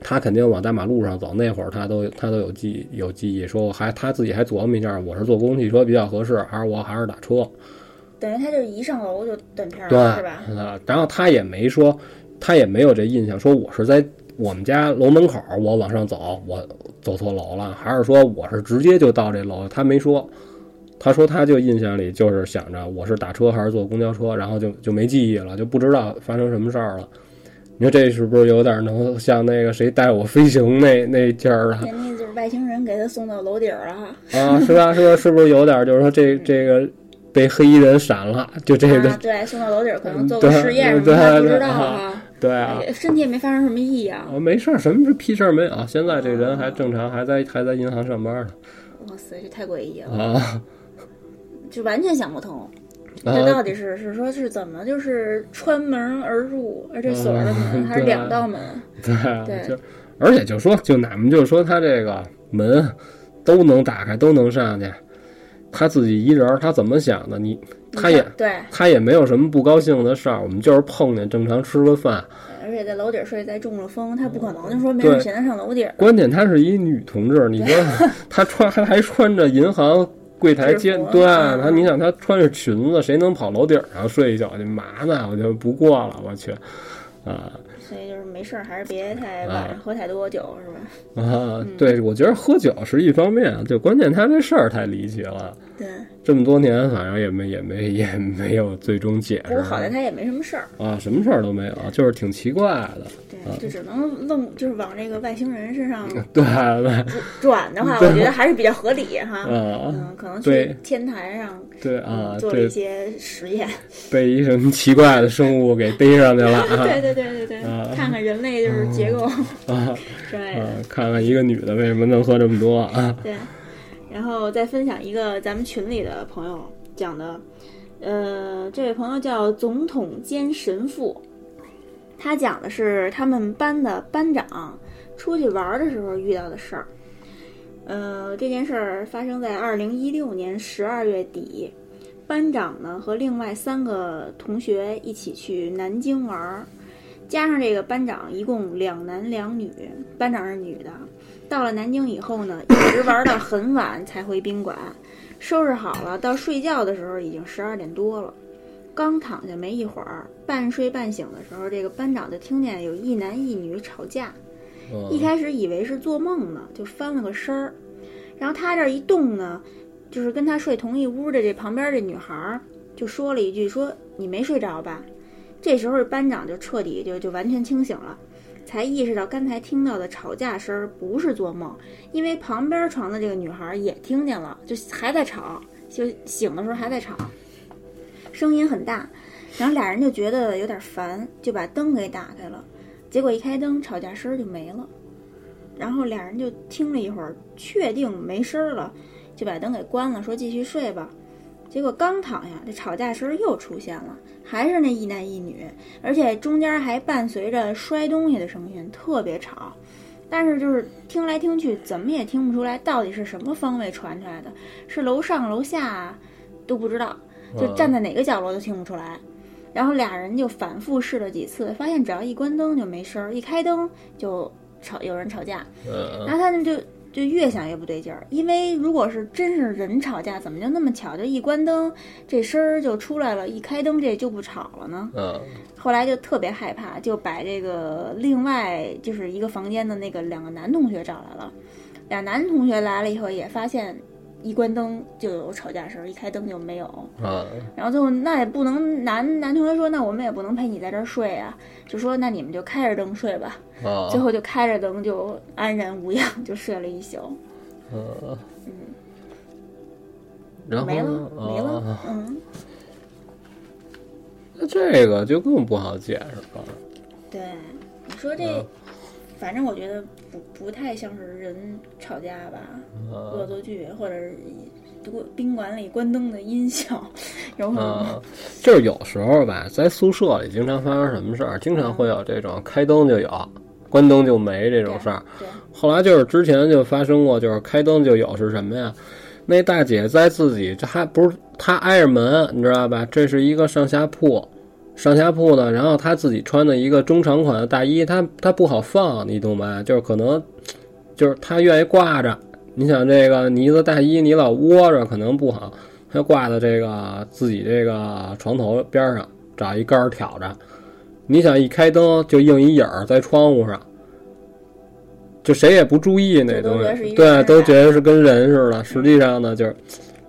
[SPEAKER 2] 他肯定往大马路上走，那会儿他都他都有记有记忆，说我还他自己还琢磨一下，我是坐公共汽车比较合适，还是我还是打车？
[SPEAKER 1] 等于他就是一上楼就断片儿
[SPEAKER 2] 对
[SPEAKER 1] 了，是吧？
[SPEAKER 2] 啊然后他也没说，他也没有这印象，说我是在我们家楼门口，我往上走，我走错楼了，还是说我是直接就到这楼？他没说，他说他就印象里就是想着我是打车还是坐公交车，然后就就没记忆了，就不知道发生什么事儿了。你说这是不是有点能像那个谁带我飞行那那劲儿啊？
[SPEAKER 1] 人家就是外星人给他送到楼顶儿了，
[SPEAKER 2] 啊，是吧？是吧？是不是有点儿就是说这这个被黑衣人闪了，就这个
[SPEAKER 1] 啊，对，送到楼顶儿可能
[SPEAKER 2] 嗯
[SPEAKER 1] 做个
[SPEAKER 2] 对
[SPEAKER 1] 实验什么
[SPEAKER 2] 对
[SPEAKER 1] 的，不知
[SPEAKER 2] 对
[SPEAKER 1] 道
[SPEAKER 2] 啊
[SPEAKER 1] 哈，
[SPEAKER 2] 对啊，
[SPEAKER 1] 也身体也没发生什么异样。
[SPEAKER 2] 啊没事儿，什么屁事儿没有啊？现在这人还正常，还在还在银行上班呢
[SPEAKER 1] 哇塞，这太诡异了，
[SPEAKER 2] 啊
[SPEAKER 1] 就完全想不通，这
[SPEAKER 2] 啊
[SPEAKER 1] 到底是是说是怎么就是穿门而入，而这锁着的门
[SPEAKER 2] 嗯
[SPEAKER 1] 还是
[SPEAKER 2] 对
[SPEAKER 1] 两道门？
[SPEAKER 2] 对啊，
[SPEAKER 1] 对
[SPEAKER 2] 就而且就说就哪们就说他这个门都能打开，都能上去，他自己一人儿他怎么想的？你他也。
[SPEAKER 1] 对，
[SPEAKER 2] 他也没有什么不高兴的事儿，我们就是碰见正常吃个饭。
[SPEAKER 1] 而且在楼顶儿睡，再中了风，他不可能就说没事
[SPEAKER 2] 对
[SPEAKER 1] 闲的上楼顶儿。
[SPEAKER 2] 关键她是一女同志，你说 她穿还还穿着银行柜台接
[SPEAKER 1] 制服
[SPEAKER 2] 对，
[SPEAKER 1] 嗯
[SPEAKER 2] 她你想她穿着裙子，谁能跑楼顶上睡一觉去？麻烦，我就不过了，我去，啊
[SPEAKER 1] 所以就是没事儿，还是别太晚上喝太多酒，是吧？
[SPEAKER 2] 啊，
[SPEAKER 1] 嗯
[SPEAKER 2] 对，我觉得喝酒是一方面，啊就关键她这事儿太离奇了，
[SPEAKER 1] 对，
[SPEAKER 2] 这么多年反正也没也没也没有最终解
[SPEAKER 1] 不
[SPEAKER 2] 释
[SPEAKER 1] 过好在他也没什么事儿，
[SPEAKER 2] 啊，什么事儿都没有，就是挺奇怪的，
[SPEAKER 1] 对，就只能愣就是往这个外星人身上
[SPEAKER 2] 对吧？
[SPEAKER 1] 转的话，我觉得还是比较合理哈。
[SPEAKER 2] 啊，
[SPEAKER 1] 嗯，可能
[SPEAKER 2] 对
[SPEAKER 1] 去天台上
[SPEAKER 2] 对啊，
[SPEAKER 1] 嗯做了一
[SPEAKER 2] 对，
[SPEAKER 1] 些实验。
[SPEAKER 2] 被一什么奇怪的生物给逮上去了啊
[SPEAKER 1] 对对对对对，看看人类就是结构
[SPEAKER 2] 啊！
[SPEAKER 1] 之类的。
[SPEAKER 2] 嗯，看看一个女的为什么能喝这么多啊？
[SPEAKER 1] 对，然后再分享一个咱们群里的朋友讲的，呃，这位朋友叫总统兼神父，他讲的是他们班的班长出去玩儿的时候遇到的事儿。呃，这件事儿发生在二零一六年十二月底，班长呢和另外三个同学一起去南京玩儿，加上这个班长一共两男两女，班长是女的。到了南京以后呢，一直玩到很晚才回宾馆，收拾好了，到睡觉的时候已经十二点多了。刚躺下没一会儿，半睡半醒的时候，这个班长就听见有一男一女吵架。
[SPEAKER 2] 嗯
[SPEAKER 1] 一开始以为是做梦呢，就翻了个身儿。然后他这一动呢，就是跟他睡同一屋的这旁边这女孩儿就说了一句说：“你没睡着吧？”这时候班长就彻底就就完全清醒了，才意识到刚才听到的吵架声儿不是做梦，因为旁边床的这个女孩儿也听见了，就还在吵，就醒的时候还在吵，声音很大。然后俩人就觉得有点烦，就把灯给打开了。结果一开灯，吵架声儿就没了。然后俩人就听了一会儿，确定没声儿了，就把灯给关了，说继续睡吧。结果刚躺下，这吵架声又出现了，还是那一男一女，而且中间还伴随着摔东西的声音，特别吵。但是就是听来听去，怎么也听不出来到底是什么方位传出来的，是楼上楼下都不知道，就
[SPEAKER 2] 呃
[SPEAKER 1] 站在哪个角落都听不出来。然后俩人就反复试了几次，发现只要一关灯就没声儿，一开灯就吵有人吵架。然
[SPEAKER 2] 嗯，
[SPEAKER 1] 后他们就就越想越不对劲儿，因为如果是真是人吵架，怎么就那么巧，就一关灯这声儿就出来了，一开灯这就不吵了呢？
[SPEAKER 2] 嗯，
[SPEAKER 1] 后来就特别害怕，就把这个另外就是一个房间的那个两个男同学找来了。俩男同学来了以后，也发现一关灯就有吵架声，一开灯就没有。
[SPEAKER 2] 嗯，
[SPEAKER 1] 然后最后那也不能男男同学说，那我们也不能陪你在这儿睡啊，就说那你们就开着灯睡吧。
[SPEAKER 2] 啊，
[SPEAKER 1] 最后就开着灯就安然无恙，就睡了一宿，
[SPEAKER 2] 嗯，然后
[SPEAKER 1] 没了
[SPEAKER 2] 呢？
[SPEAKER 1] 没了
[SPEAKER 2] 啊，，
[SPEAKER 1] 嗯，
[SPEAKER 2] 那这个就更不好解释了。呃
[SPEAKER 1] 对，你说
[SPEAKER 2] 嗯
[SPEAKER 1] 这，反正我觉得不不太像是人吵架吧，恶
[SPEAKER 2] 嗯
[SPEAKER 1] 作剧或者是宾馆里关灯的音效，有可能
[SPEAKER 2] 嗯，就是有时候吧，在宿舍里经常发生什么事儿，经常会有这种开灯就有，关灯就没这种事儿。
[SPEAKER 1] 对，
[SPEAKER 2] 后来就是之前就发生过，就是开灯就有是什么呀？那大姐在自己这还不是她挨着门，你知道吧？这是一个上下铺，上下铺呢，然后她自己穿的一个中长款的大衣，她她不好放，你懂吧？就是可能就是她愿意挂着。你想这个呢子大衣你老窝着可能不好，她挂在这个自己这个床头边上，找一杆儿挑着。你想一开灯就映一影儿在窗户上，就谁也不注意那
[SPEAKER 1] 就都
[SPEAKER 2] 东
[SPEAKER 1] 觉得是
[SPEAKER 2] 西，
[SPEAKER 1] 一
[SPEAKER 2] 对，
[SPEAKER 1] 人
[SPEAKER 2] 都
[SPEAKER 1] 儿啊
[SPEAKER 2] 觉得是跟人似的。实际上呢，就是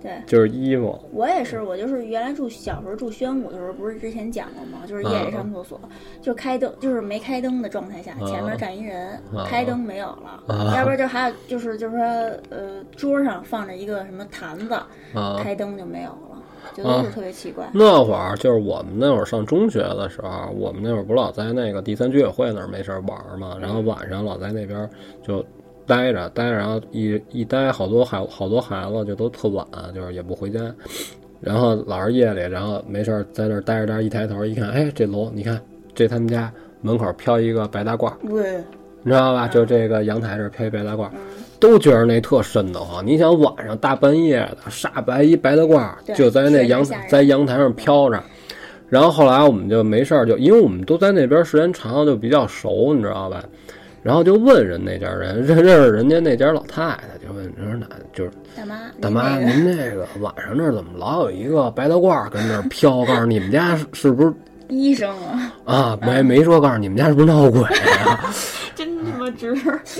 [SPEAKER 1] 对。
[SPEAKER 2] 就是衣服，
[SPEAKER 1] 我也是，我就是原来住小时候住宣武的时候，不是之前讲过吗？就是
[SPEAKER 2] 嗯
[SPEAKER 1] 夜里上厕所，就是开灯，就是没开灯的状态下，
[SPEAKER 2] 嗯
[SPEAKER 1] 前面站一人，
[SPEAKER 2] 嗯
[SPEAKER 1] 开灯没有了，
[SPEAKER 2] 嗯
[SPEAKER 1] 要不然就还有就是就是说呃桌上放着一个什么坛子，
[SPEAKER 2] 啊，
[SPEAKER 1] 开灯就没有了，
[SPEAKER 2] 嗯
[SPEAKER 1] 就都是特别奇怪。
[SPEAKER 2] 那会儿就是我们那会儿上中学的时候，我们那会儿不老在那个第三居委会那儿没事儿玩儿嘛，然后晚上老在那边儿就待着待着，然后一一待好多孩好多孩子就都特晚，就是也不回家，然后老是夜里，然后没事儿在那儿待着待着，一抬头一看，哎，这楼你看这他们家门口飘一个白大褂儿，
[SPEAKER 1] 对，
[SPEAKER 2] 你知道吧？就这个阳台这儿飘一白大褂儿，都觉得那特瘆得慌。你想晚上大半夜的，煞白一白大褂儿
[SPEAKER 1] 对
[SPEAKER 2] 就在那阳
[SPEAKER 1] 确实吓人
[SPEAKER 2] 在阳台上飘着。然后后来我们就没事儿，就因为我们都在那边时间长了，就比较熟，你知道吧？然后就问人那家人，认认识人家那家老太太，就问你说哪就是
[SPEAKER 1] 大妈，
[SPEAKER 2] 大妈，
[SPEAKER 1] 您那个
[SPEAKER 2] 您那个晚上这儿怎么老有一个白大褂儿跟那儿飘？告诉你们家是是不是
[SPEAKER 1] 医生啊，
[SPEAKER 2] 啊？没没说告诉你们家是不是闹鬼啊？
[SPEAKER 1] 真他妈值。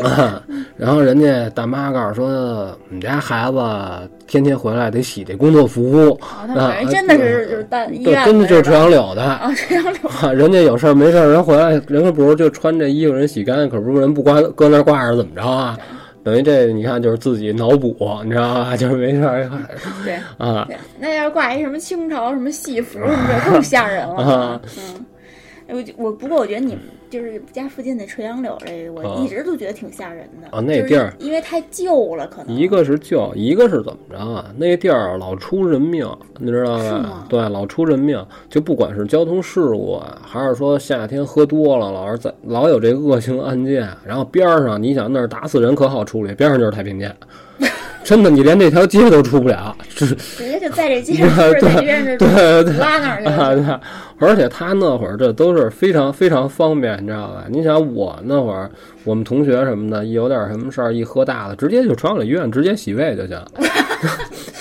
[SPEAKER 2] 啊， 然后人家大妈告诉说，我们家孩子天天回来得洗这工作服，啊
[SPEAKER 1] 好，哦他反正真的是就是大医
[SPEAKER 2] 对，
[SPEAKER 1] 院
[SPEAKER 2] 真的就是垂
[SPEAKER 1] 这样
[SPEAKER 2] 杨柳的。
[SPEAKER 1] 啊，这样柳
[SPEAKER 2] 啊人家有事儿没事儿，人回来，人可不是就穿这衣服，人洗干净，可不是人不挂搁那儿挂着怎么着啊？等于这你看就是自己脑补，你知道吧？就是没事儿
[SPEAKER 1] 对。
[SPEAKER 2] 啊，
[SPEAKER 1] 对，那要是挂一什么清朝什么戏服什么的，更吓人了
[SPEAKER 2] 啊。
[SPEAKER 1] 嗯，我就我不过我觉得你们就是家附近那垂杨柳这个，我
[SPEAKER 2] 啊
[SPEAKER 1] 一直都觉得挺吓人的。
[SPEAKER 2] 啊那地儿
[SPEAKER 1] 就是因为太旧了，可能
[SPEAKER 2] 一个是救，一个是怎么着啊？那地儿老出人命，你知道
[SPEAKER 1] 是吗
[SPEAKER 2] 吧？对，老出人命，就不管是交通事故啊，还是说夏天喝多了，老是在老有这恶性案件。然后边儿上，你想那儿打死人可好处理，边上就是太平间， 真的，你连这条街都出不了。这
[SPEAKER 1] 直接就在这街上，就是在街上就
[SPEAKER 2] 对对
[SPEAKER 1] 拉那儿去
[SPEAKER 2] 啊，
[SPEAKER 1] 了。
[SPEAKER 2] 对，而且他那会儿这都是非常非常方便，你知道吧？你想我那会儿，我们同学什么的，一有点什么事儿，一喝大了，直接就传往医院，直接洗胃就行。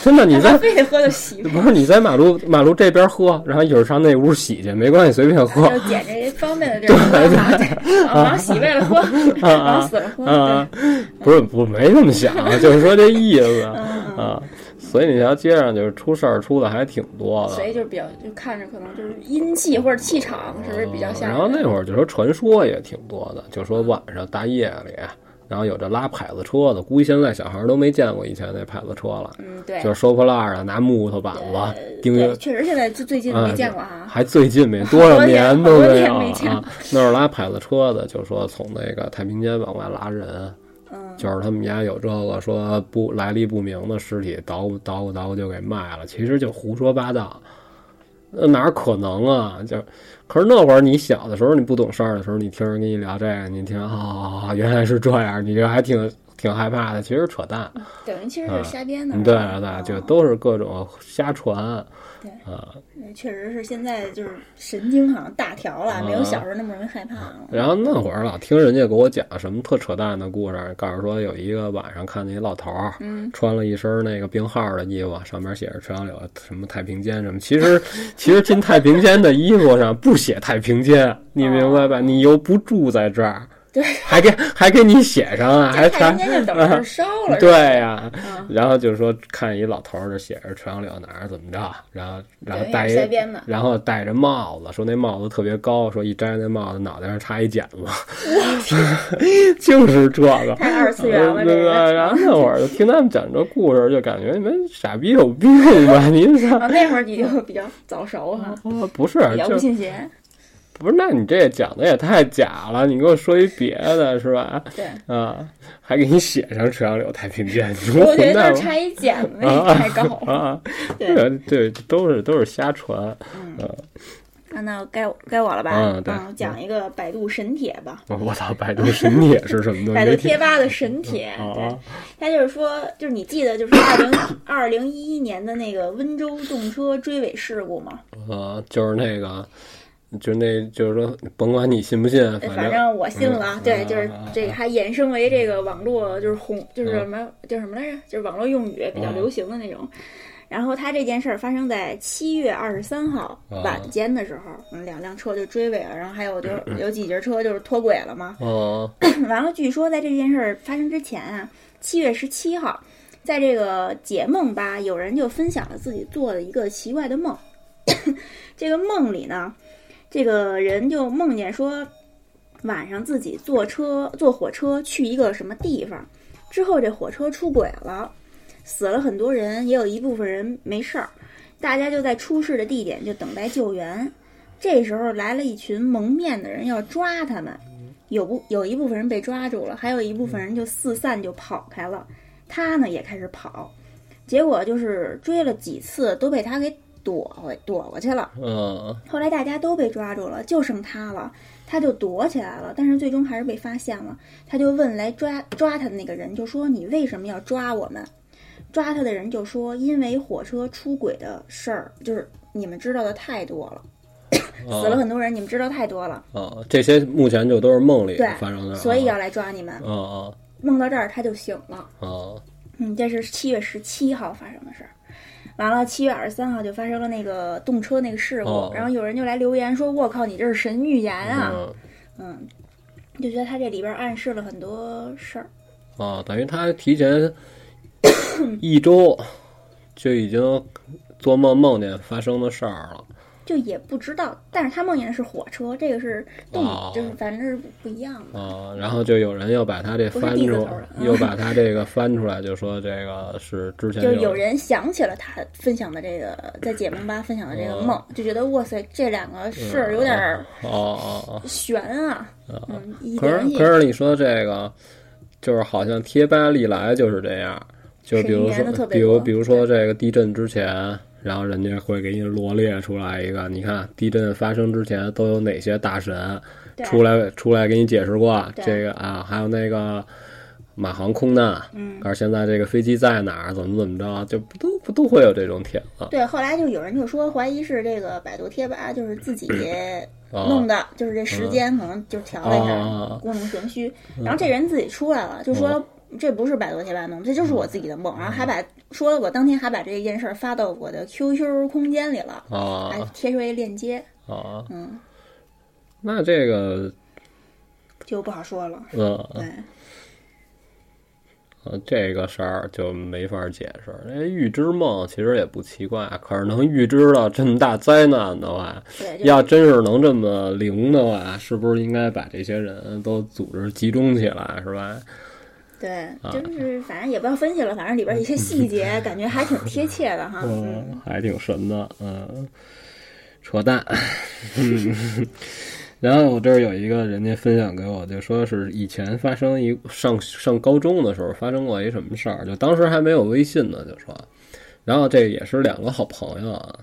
[SPEAKER 2] 真的，你
[SPEAKER 1] 他
[SPEAKER 2] 在
[SPEAKER 1] 非得喝到媳妇，
[SPEAKER 2] 不是你在马路马路这边喝，然后一会儿上那屋洗去，没关系，随便 喝
[SPEAKER 1] 就捡这方便的地儿喝嘛，对啊往洗胃了喝，
[SPEAKER 2] 嗯
[SPEAKER 1] 往死了喝。嗯对
[SPEAKER 2] 啊。 不是，不没那么想，啊就是说这意思啊。所以那条街上就是出事儿出的还挺多的。
[SPEAKER 1] 所以就比较就看着可能就是阴气或者气场是不是比较吓
[SPEAKER 2] 嗯然
[SPEAKER 1] 人？嗯
[SPEAKER 2] 后那会儿就说传说也挺多的，就说晚上大夜里，啊然后有这拉牌子车的，估计现在小孩儿都没见过以前那牌子车了，
[SPEAKER 1] 嗯对，
[SPEAKER 2] 就是收破烂儿的，拿木头板子钉
[SPEAKER 1] 对，确实现在就最近没
[SPEAKER 2] 嗯
[SPEAKER 1] 见过啊。
[SPEAKER 2] 还最近没多少年都没有
[SPEAKER 1] 好多年没见
[SPEAKER 2] 啊，那会儿拉牌子车的，就说从那个太平间往外拉人，
[SPEAKER 1] 嗯，
[SPEAKER 2] 就是他们家有这个说不来历不明的尸体捣鼓捣鼓捣鼓就给卖了，其实就胡说八道，那哪可能啊？就可是那会儿你小的时候，你不懂事儿的时候，你听人跟你聊这个，你听啊、哦，原来是这样，你这还挺挺害怕的，其实扯淡。
[SPEAKER 1] 等于其实就是瞎编的。
[SPEAKER 2] 嗯对
[SPEAKER 1] 啊，
[SPEAKER 2] 对，就都是各种瞎传
[SPEAKER 1] 对
[SPEAKER 2] 啊。
[SPEAKER 1] 嗯确实是现在就是神经好像大条了，没有小时候那么容易害怕了。
[SPEAKER 2] 然后那会儿老听人家给我讲什么特扯淡的故事，告诉说有一个晚上看见一老头儿，
[SPEAKER 1] 嗯，
[SPEAKER 2] 穿了一身那个病号的衣服，上面写着垂杨柳什么太平间什么。其实其实进太平间的衣服上不写太平间，你明白吧？你又不住在这儿，
[SPEAKER 1] 哦对，
[SPEAKER 2] 还给还给你写上啊，还
[SPEAKER 1] 这太
[SPEAKER 2] 还
[SPEAKER 1] 平间就等于是烧了，
[SPEAKER 2] 对呀、
[SPEAKER 1] 啊，
[SPEAKER 2] 然后就说看一老头儿，就写着垂杨柳哪儿怎么着，然后然后
[SPEAKER 1] 等于
[SPEAKER 2] 戴
[SPEAKER 1] 也是瞎
[SPEAKER 2] 一
[SPEAKER 1] 编的。
[SPEAKER 2] 然后戴着帽子，说那帽子特别高，说一摘那帽子脑袋上插一剪子， 就是这个。
[SPEAKER 1] 太二次元了，
[SPEAKER 2] 嗯对
[SPEAKER 1] 这
[SPEAKER 2] 对，
[SPEAKER 1] 个。
[SPEAKER 2] 然后那会儿就听他们讲这故事，就感觉你们傻逼有病吧？您这 哦
[SPEAKER 1] 啊，那会儿你就比较早熟哈，
[SPEAKER 2] 不是
[SPEAKER 1] 比较
[SPEAKER 2] 嗯就
[SPEAKER 1] 不信邪。
[SPEAKER 2] 不是？那你这讲的也太假了，你给我说一别的是吧？
[SPEAKER 1] 对，
[SPEAKER 2] 啊，还给你写上垂杨柳太平间，你说
[SPEAKER 1] 我觉
[SPEAKER 2] 混
[SPEAKER 1] 得
[SPEAKER 2] 蛋
[SPEAKER 1] 就是
[SPEAKER 2] 吗？
[SPEAKER 1] 差一剪子 那太高了。
[SPEAKER 2] 啊，
[SPEAKER 1] 对
[SPEAKER 2] 对对，都是都是瞎传。
[SPEAKER 1] 啊，那该我该我了吧？啊
[SPEAKER 2] 嗯对
[SPEAKER 1] 我讲一个百度神帖吧，
[SPEAKER 2] 我操，百度神帖是什么东西？
[SPEAKER 1] 百度
[SPEAKER 2] 嗯没听
[SPEAKER 1] 贴吧的神帖。对
[SPEAKER 2] 啊，
[SPEAKER 1] 他就是说，就是你记得就是二零二零一一年的那个温州动车追尾事故吗？
[SPEAKER 2] 呃，就是那个，就那，就是说，甭管你信不信，
[SPEAKER 1] 对呃
[SPEAKER 2] 反
[SPEAKER 1] 反正我信了，啊
[SPEAKER 2] 嗯
[SPEAKER 1] 对，
[SPEAKER 2] 嗯
[SPEAKER 1] 就是
[SPEAKER 2] 嗯
[SPEAKER 1] 这个还衍生为这个网络就是红，就是什么叫什么来着？就是网络用语比较
[SPEAKER 2] 嗯
[SPEAKER 1] 流行的那种。然后他这件事儿发生在七月二十三号
[SPEAKER 2] 啊
[SPEAKER 1] 晚间的时候，嗯两辆车就追尾了，然后还有
[SPEAKER 2] 嗯
[SPEAKER 1] 就是有几节车就是脱轨了嘛。
[SPEAKER 2] 哦，
[SPEAKER 1] 完了，据说在这件事儿发生之前啊，七月十七号，在这个解梦吧，有人就分享了自己做了一个奇怪的梦。 这个梦里呢，这个人就梦见说，晚上自己坐车坐火车去一个什么地方，之后这火车出轨了，死了很多人，也有一部分人没事儿，大家就在出事的地点就等待救援。这时候来了一群蒙面的人要抓他们，有不有一部分人被抓住了，还有一部
[SPEAKER 2] 嗯
[SPEAKER 1] 分人就四散就跑开了。他呢也开始跑，结果就是追了几次都被他给躲回躲过去了。
[SPEAKER 2] 嗯，
[SPEAKER 1] 后来大家都被抓住了，就剩他了，他就躲起来了，但是最终还是被发现了。他就问来抓抓他的那个人，就说你为什么要抓我们？抓他的人就说，因为火车出轨的事儿，就是你们知道的太多了，
[SPEAKER 2] 啊
[SPEAKER 1] 死了很多人，你们知道太多了，
[SPEAKER 2] 啊，这些目前就都是梦里
[SPEAKER 1] 对
[SPEAKER 2] 发生的，
[SPEAKER 1] 所以要来抓你们。
[SPEAKER 2] 啊啊
[SPEAKER 1] 梦到这儿他就醒了。
[SPEAKER 2] 啊
[SPEAKER 1] 嗯，这是七月十七号发生的事儿。完了，七月二十三号就发生了那个动车那个事故，
[SPEAKER 2] 哦
[SPEAKER 1] 然后有人就来留言说：“我靠，你这是神预言啊！”
[SPEAKER 2] 嗯
[SPEAKER 1] 嗯，就觉得他这里边暗示了很多事儿。
[SPEAKER 2] 啊，等于他提前一周就已经做梦梦见发生的事儿了。
[SPEAKER 1] 就也不知道，但是他梦见的是火车，这个是动，
[SPEAKER 2] 哦
[SPEAKER 1] 就是反正是不一样的。
[SPEAKER 2] 啊，然后就有人又把他这
[SPEAKER 1] 不是
[SPEAKER 2] 翻
[SPEAKER 1] 地字
[SPEAKER 2] 出
[SPEAKER 1] 头儿，的
[SPEAKER 2] 又把他这个翻出来，就说这个是之前
[SPEAKER 1] 就是
[SPEAKER 2] 有
[SPEAKER 1] 有人想起了他分享的这个，在解梦吧分享的这个
[SPEAKER 2] 嗯
[SPEAKER 1] 梦，就觉得哇塞，这两个事儿有点儿
[SPEAKER 2] 哦哦哦，
[SPEAKER 1] 悬啊，嗯，一
[SPEAKER 2] 可
[SPEAKER 1] 联
[SPEAKER 2] 是
[SPEAKER 1] 系
[SPEAKER 2] 可是你说这个，就是好像贴吧历来就是这样，就比如
[SPEAKER 1] 沈源的特
[SPEAKER 2] 说，
[SPEAKER 1] 别
[SPEAKER 2] 比如
[SPEAKER 1] 多
[SPEAKER 2] 比如说这个地震之前，然后人家会给你罗列出来一个，你看地震发生之前都有哪些大神
[SPEAKER 1] 对啊
[SPEAKER 2] 出来出来给你解释过
[SPEAKER 1] 对
[SPEAKER 2] 这个啊，还有那个。马航空难，
[SPEAKER 1] 嗯
[SPEAKER 2] 告诉现在这个飞机在哪儿，怎么怎么着，就不都不都会有这种帖子
[SPEAKER 1] 对，后来就有人就说怀疑是这个百度贴吧就是自己弄
[SPEAKER 2] 啊
[SPEAKER 1] 的，就是这时间可能就调了一
[SPEAKER 2] 啊嗯
[SPEAKER 1] 下，故弄玄虚。然后这人自己出来了，就说这不是百度贴吧弄，这就是我自己的梦。然后还把说我当天还把这件事儿发到我的 QQ 空间里了，
[SPEAKER 2] 啊
[SPEAKER 1] 还贴出一链接，
[SPEAKER 2] 啊！
[SPEAKER 1] 嗯，
[SPEAKER 2] 那这个，
[SPEAKER 1] 就不好说了。
[SPEAKER 2] 嗯，
[SPEAKER 1] 对，
[SPEAKER 2] 呃，这个事儿就没法解释。那预知梦其实也不奇怪，可是能预知到这么大灾难的话，
[SPEAKER 1] 对，就
[SPEAKER 2] 要真是能这么灵的话，是不是应该把这些人都组织集中起来，是吧？
[SPEAKER 1] 对，
[SPEAKER 2] 啊
[SPEAKER 1] 就是反正也不要分析了，反正里边一些细
[SPEAKER 2] 嗯
[SPEAKER 1] 节感觉还挺贴切的哈。嗯，
[SPEAKER 2] 嗯，还挺神的，嗯，扯淡。嗯，然后我这儿有一个人家分享给我，就说是以前发生一上上高中的时候发生过一什么事儿，就当时还没有微信呢，就说，然后这也是两个好朋友啊，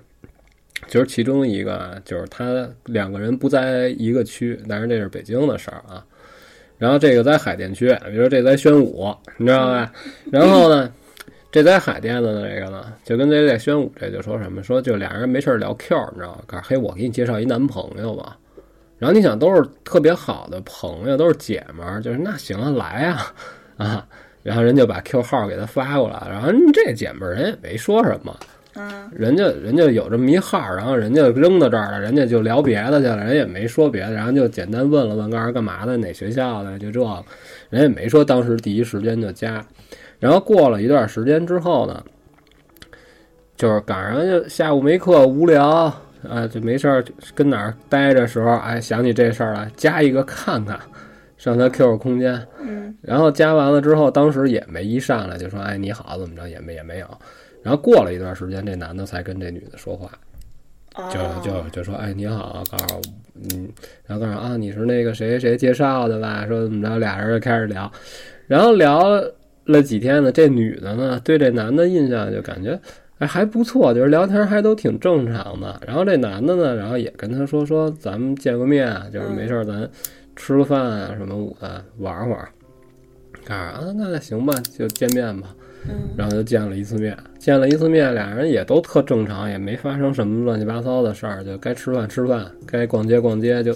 [SPEAKER 2] 就是其中一个啊就是他两个人不在一个区，但是这是北京的事儿啊，然后这个在海淀区，比如说这在宣武，你知道吧？然后呢，这在海淀的那个呢，就跟这在宣武这就说什么，说就俩人没事儿聊 Q，你知道吧？告诉嘿，我给你介绍一男朋友吧。然后你想都是特别好的朋友，都是姐们儿，就是那行啊，来啊，啊，然后人就把 Q 号给他发过来，然后嗯这姐们儿人也没说什么，
[SPEAKER 1] 啊，
[SPEAKER 2] 人家人家有这么一号，然后人家扔到这儿了，人家就聊别的去了，人也没说别的，然后就简单问了问，告诉干嘛的，哪学校的，就这，人也没说当时第一时间就加。然后过了一段时间之后呢，就是赶上就下午没课无聊啊，就没事儿跟哪儿待着时候，哎，想起这事儿来，加一个看看，上他 QQ 空间，
[SPEAKER 1] 嗯
[SPEAKER 2] 然后加完了之后，当时也没一上来就说“哎，你好”怎么着，也没也没有。然后过了一段时间，这男的才跟这女的说话，
[SPEAKER 1] 哦，
[SPEAKER 2] 就就就说：“哎，你好，告诉我嗯，然后告诉我啊，你是那个谁谁谁介绍的吧？说怎么着，俩人就开始聊，然后聊了几天呢，这女的呢对这男的印象就感觉哎还不错，就是聊天还都挺正常的。然后这男的呢，然后也跟他说说咱们见个面，啊就是没事儿咱吃个饭啊什么午饭玩会儿。告诉啊，那那行吧，就见面吧。
[SPEAKER 1] 嗯
[SPEAKER 2] 然后就见了一次面，见了一次面，俩人也都特正常，也没发生什么乱七八糟的事儿，就该吃饭吃饭，该逛街逛街就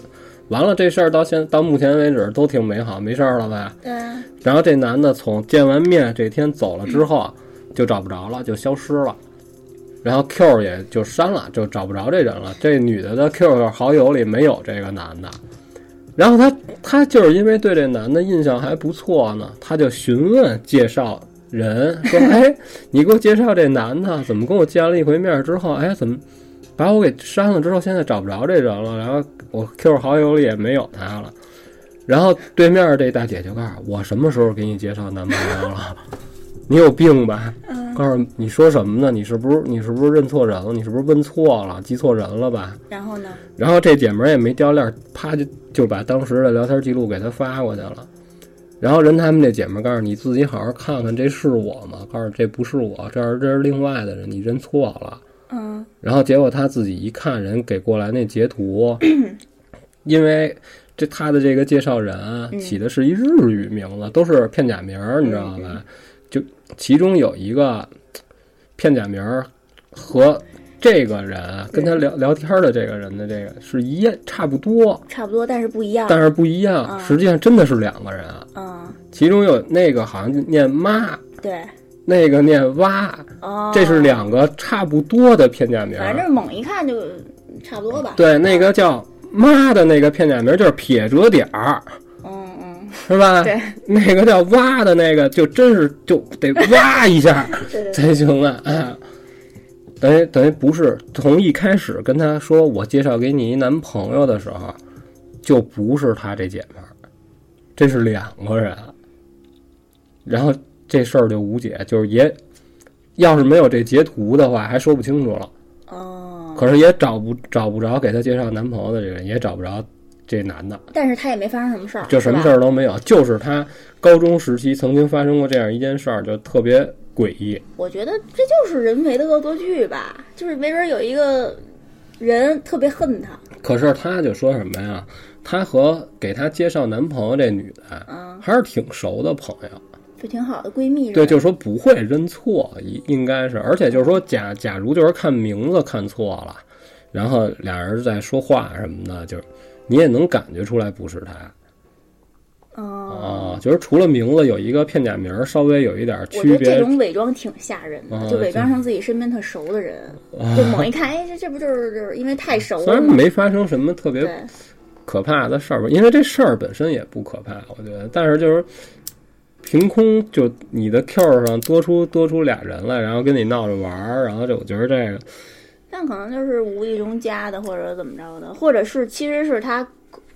[SPEAKER 2] 完了。这事儿到现到目前为止都挺美好，没事儿了吧？
[SPEAKER 1] 对啊，
[SPEAKER 2] 然后这男的从见完面这天走了之后，啊就找不着了，就消失了。然后 Q 也就删了，就找不着这人了。这女的的 QQ 好友里没有这个男的。然后她她就是因为对这男的印象还不错呢，她就询问介绍人说：“哎，你给我介绍这男的，怎么跟我见了一回面之后，哎，怎么把我给删了之后，现在找不着这人了？然后我 Q 好友里也没有他了。”然后对面这大姐就告诉我：“我什么时候给你介绍男朋友了？ 你有病吧？
[SPEAKER 1] 嗯，
[SPEAKER 2] 告诉你说什么呢？你是不是你是不是认错人了？你是不是问错了？记错人了吧？
[SPEAKER 1] 然后呢？
[SPEAKER 2] 然后这姐们儿也没掉链儿，啪就就把当时的聊天记录给她发过去了。然后人他们这姐们儿告诉你自己好好看看，这是我吗？告诉这不是我，这是这是另外的人，你认错了。
[SPEAKER 1] 嗯
[SPEAKER 2] 然后结果他自己一看人给过来那截 图，因为这他的这个介绍人啊
[SPEAKER 1] 嗯
[SPEAKER 2] 起的是一日语名字，都是片假名儿，你知道
[SPEAKER 1] 嗯
[SPEAKER 2] 吧？就其中有一个片假名儿和这个人啊跟他聊聊天的这个人的这个是一样差不多，
[SPEAKER 1] 差不多，但是不一样。
[SPEAKER 2] 但是不一样，
[SPEAKER 1] 嗯
[SPEAKER 2] 实际上真的是两个人啊。
[SPEAKER 1] 嗯，
[SPEAKER 2] 其中有那个好像念妈，
[SPEAKER 1] 对，
[SPEAKER 2] 那个念哇，
[SPEAKER 1] 哦，
[SPEAKER 2] 这是，两个差不多的片假名儿。
[SPEAKER 1] 反正猛一看就差不多吧。，
[SPEAKER 2] 对，那个叫妈的那个片假名就是撇折点儿，
[SPEAKER 1] 嗯嗯，
[SPEAKER 2] 是吧？
[SPEAKER 1] 对，
[SPEAKER 2] 那个叫挖的那个，就真是就得挖一下
[SPEAKER 1] 对对对，
[SPEAKER 2] 才行啊。啊等于等于不是从一开始跟她说我介绍给你一男朋友的时候，就不是她这姐们儿，这是两个人。然后这事儿就无解，就是也要是没有这截图的话，还说不清楚了。
[SPEAKER 1] 哦，
[SPEAKER 2] 可是也找不找不着给她介绍男朋友的这个人，也找不着这男的，
[SPEAKER 1] 但是他也没发生什么事儿，
[SPEAKER 2] 就什么
[SPEAKER 1] 是
[SPEAKER 2] 事
[SPEAKER 1] 吧？
[SPEAKER 2] 儿都没有。就是她高中时期曾经发生过这样一件事儿，就特别诡异。
[SPEAKER 1] 我觉得这就是人为的恶作剧吧，就是没准有一个人特别恨他，
[SPEAKER 2] 可是她就说什么呀？她和给她介绍男朋友这女的，还是挺熟的朋友。
[SPEAKER 1] 就挺好的闺蜜是吧。
[SPEAKER 2] 对，就是说不会认错，应应该是，而且就是说假假如就是看名字看错了，然后俩人在说话什么的，就是你也能感觉出来不是她。
[SPEAKER 1] 哦，
[SPEAKER 2] 啊，就是除了名字有一个片假名儿，稍微有一点儿
[SPEAKER 1] 我觉
[SPEAKER 2] 区
[SPEAKER 1] 得这
[SPEAKER 2] 别。
[SPEAKER 1] 种伪装挺吓人的，
[SPEAKER 2] 啊
[SPEAKER 1] 就伪装成自己身边特熟的人，就猛一看，哎，这这不就是就是因为太熟
[SPEAKER 2] 虽
[SPEAKER 1] 了
[SPEAKER 2] 然
[SPEAKER 1] 嘛？
[SPEAKER 2] 没发生什么特别
[SPEAKER 1] 对，
[SPEAKER 2] 可怕的事儿吧，因为这事儿本身也不可怕，我觉得。但是就是凭空就你的 Q 上多出多出俩人来，然后跟你闹着玩儿，然后这我觉得这个
[SPEAKER 1] 但可能就是无意中加的，或者怎么着的，或者是其实是他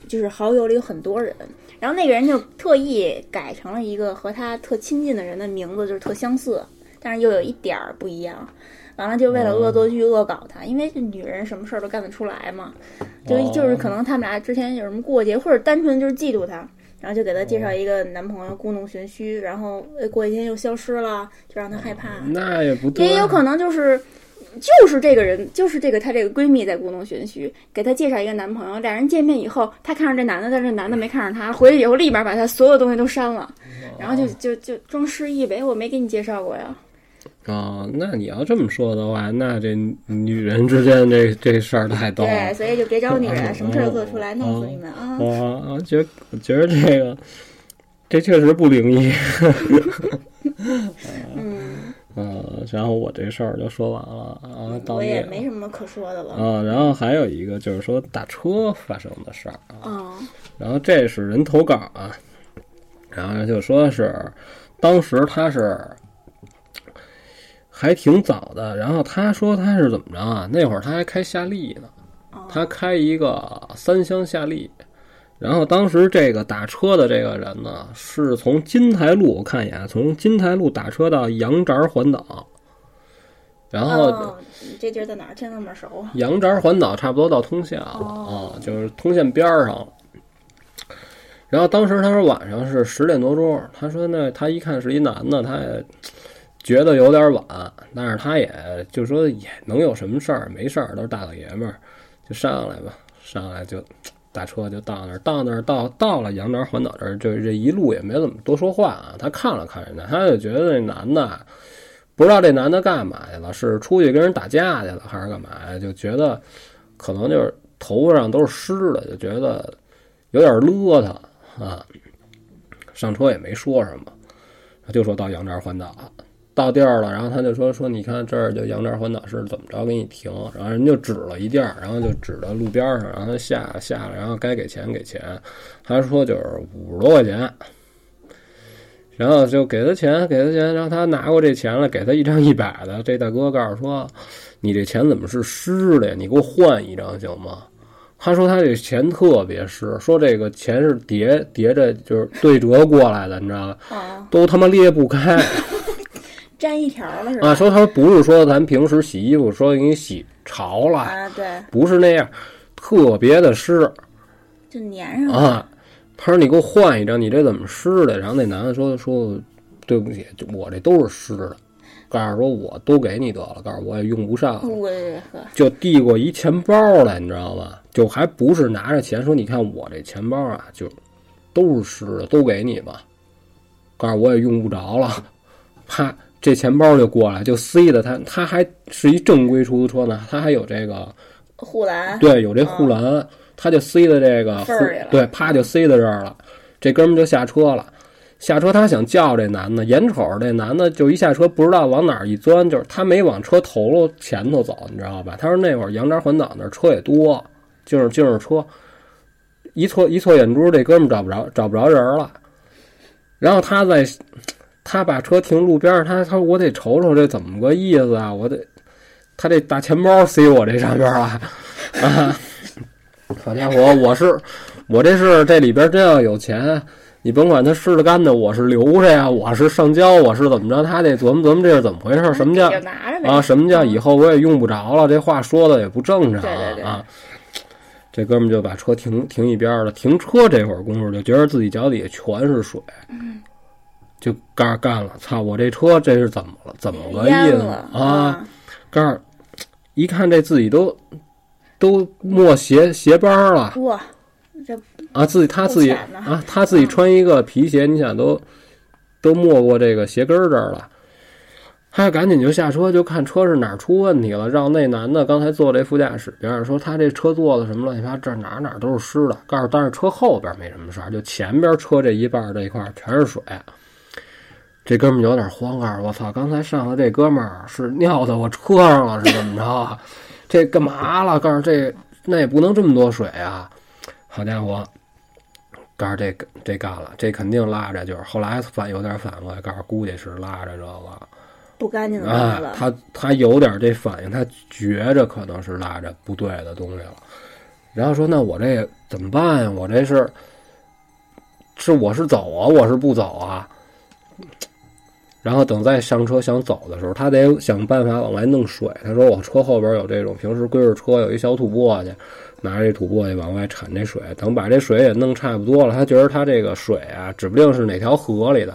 [SPEAKER 1] 就是好友里有很多人，然后那个人就特意改成了一个和他特亲近的人的名字，就是特相似，但是又有一点儿不一样。完了，就为了恶作剧恶搞他，因为这女人什么事儿都干得出来嘛，就
[SPEAKER 2] 哦
[SPEAKER 1] 就是可能他们俩之前有什么过节，或者单纯就是嫉妒他，然后就给他介绍一个男朋友，故弄玄虚，然后呃过几天又消失了，就让他害怕。
[SPEAKER 2] 那也不对，
[SPEAKER 1] 也有可能就是就是这个人，就是这个她这个闺蜜在故弄玄虚，给她介绍一个男朋友，俩人见面以后，她看上这男的，但是这男的没看上她，回去以后立马把她所有东西都删了，
[SPEAKER 2] 哦
[SPEAKER 1] 然后就就就装失忆呗，哎我没给你介绍过呀。
[SPEAKER 2] 啊、那你要这么说的话，那这女人之间这这事儿太逗了
[SPEAKER 1] 对，。所以就别找女
[SPEAKER 2] 哦
[SPEAKER 1] 人，什么事儿都做得出来，弄死你们啊！
[SPEAKER 2] 我我觉得我觉得这个这确实不灵异。
[SPEAKER 1] 嗯，
[SPEAKER 2] 嗯，然后我这事儿就说完了啊，到
[SPEAKER 1] 我
[SPEAKER 2] 这
[SPEAKER 1] 也
[SPEAKER 2] 个
[SPEAKER 1] 没什么可说的了。
[SPEAKER 2] 啊，然后还有一个就是说打车发生的事儿啊，
[SPEAKER 1] 嗯
[SPEAKER 2] 然后这是人投稿啊，然后就说是当时他是还挺早的，然后他说他是怎么着啊？那会儿他还开夏利呢，他开一个三厢夏利。然后当时这个打车的这个人呢，是从金台路，我看一眼啊，从金台路打车到羊宅环岛，然后
[SPEAKER 1] 哦，你这地儿在哪儿？听那么耳熟啊！
[SPEAKER 2] 羊宅环岛差不多到通县了、啊，就是通县边儿上了。然后当时他说晚上是十点多钟，他说那他一看是一男的，他也觉得有点晚，但是他也就说也能有什么事儿，没事儿，都是大老爷们儿，就上来吧，上来就打车就到那儿，到那儿到到了羊宅环岛这儿，就这一路也没怎么多说话啊。他看了看人家，他就觉得这男的啊不知道这男的干嘛去了，是出去跟人打架去了，还是干嘛呀？就觉得可能就是头发上都是湿的，就觉得有点勒他啊。上车也没说什么，他就说到羊宅环岛，到地儿了，然后他就说说你看这儿就羊宅环岛是怎么着给你停，然后人就指了一地儿，然后就指到路边上，然后下下来，然后该给钱给钱，他说就是五十多块钱，然后就给他钱，给他钱，然后他拿过这钱了，给他一张一百的。这大哥告诉说：“你这钱怎么是湿的呀？你给我换一张行吗？”他说他这钱特别湿，说这个钱是叠叠着就是对折过来的，你知道吧？
[SPEAKER 1] 啊，
[SPEAKER 2] 都他妈裂不开
[SPEAKER 1] 粘一条了是吧？
[SPEAKER 2] 啊！说他不是说咱平时洗衣服说给你洗潮了，
[SPEAKER 1] 啊，对，
[SPEAKER 2] 不是那样，特别的湿。
[SPEAKER 1] 就粘上了。
[SPEAKER 2] 啊，他说你给我换一张，你这怎么湿的？然后那男的说说对不起，就我这都是湿的，告诉说我都给你得了，告诉我也用不上了，
[SPEAKER 1] 我呃呵，
[SPEAKER 2] 就递过一钱包来，你知道吧？就还不是拿着钱说，你看我这钱包啊，就都是湿的，都给你吧，告诉我也用不着了，啪。这钱包就过来，就塞的他，他还是一正规出租车呢，他还有这个
[SPEAKER 1] 护栏
[SPEAKER 2] 对，有这护栏，他就塞到这个
[SPEAKER 1] 嗯缝儿里了
[SPEAKER 2] 护对，啪就塞到这儿了。这哥们儿就下车了，下车他想叫这男的，眼瞅着这男的就一下车不知道往哪儿一钻，就是他没往车头喽前头走，你知道吧？他说那会儿杨宅环岛那儿车也多，就是就是车，一错一错眼珠，这哥们儿找不着找不着人儿了。然后他在，他把车停路边儿，他他说我得瞅瞅这怎么个意思啊，我得，他这大钱包塞我这上边儿了，啊， 好家伙，我是我这是这里边真要有钱，啊你甭管他湿的干的，我是留着呀，我是上交，我是怎么着，他得琢磨琢磨这是怎么回事，什么叫
[SPEAKER 1] 就拿着呗。
[SPEAKER 2] 啊，什么叫以后我也用不着了？这话说的也不正常啊。
[SPEAKER 1] 对对对
[SPEAKER 2] 啊这哥们就把车停停一边儿了。停车这会儿功夫就觉得自己脚底下全是水，
[SPEAKER 1] 嗯
[SPEAKER 2] 就干干了。操，我这车这是怎么了？怎么个意
[SPEAKER 1] 淹
[SPEAKER 2] 思
[SPEAKER 1] 了
[SPEAKER 2] 啊？！干儿一看这自己都都没鞋鞋帮儿了，
[SPEAKER 1] 哇，这
[SPEAKER 2] 啊，自己他
[SPEAKER 1] 不
[SPEAKER 2] 自己
[SPEAKER 1] 浅呢
[SPEAKER 2] 啊，他自己穿一个皮鞋，你想都都没过这个鞋跟儿这儿了，他赶紧就下车，就看车是哪儿出问题了，让那男的刚才坐这副驾驶边儿说他这车坐的什么乱七八，这哪儿哪儿都是湿的，告诉但是车后边儿没什么事儿，就前边儿车这一半儿这一块儿全是水。这哥们儿有点慌，告诉我操，刚才上来这哥们儿是尿到我车上了，是怎么着啊？这干嘛了？告诉这那也不能这么多水啊！好家伙，告诉这个这干了，这肯定拉着就是。后来反有点反过来，告诉估计是拉着这个
[SPEAKER 1] 不干净的东
[SPEAKER 2] 啊
[SPEAKER 1] 西，了。
[SPEAKER 2] 他他有点这反应，他觉着可能是拉着不对的东西了。然后说：“那我这怎么办呀？我这是是我是走啊，我是不走啊？”然后等再上车想走的时候，他得想办法往外弄水。他说我车后边有这种平时归着车有一小土簸箕，拿着这土簸箕往外铲这水。等把这水也弄差不多了，他觉得他这个水啊，指不定是哪条河里的，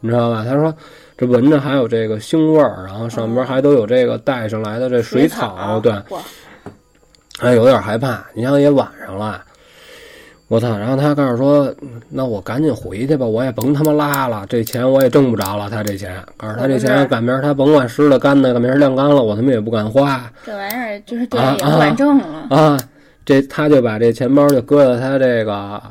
[SPEAKER 2] 你知道吧？他说这闻着还有这个腥味儿，然后上边还都有这个带上来的这哦水草，对，
[SPEAKER 1] 哇
[SPEAKER 2] 哎，有点害怕。你想也晚上了，我操！然后他告诉说，那我赶紧回去吧，我也甭他妈拉了，这钱我也挣不着了。他这钱，告诉他这钱，赶明儿他甭管湿的干的，赶明儿晾干了，我他妈也不敢花
[SPEAKER 1] 这玩意儿就是对
[SPEAKER 2] 啊
[SPEAKER 1] 也不管
[SPEAKER 2] 啊
[SPEAKER 1] 挣了，
[SPEAKER 2] 啊。这他就把这钱包就搁到他这个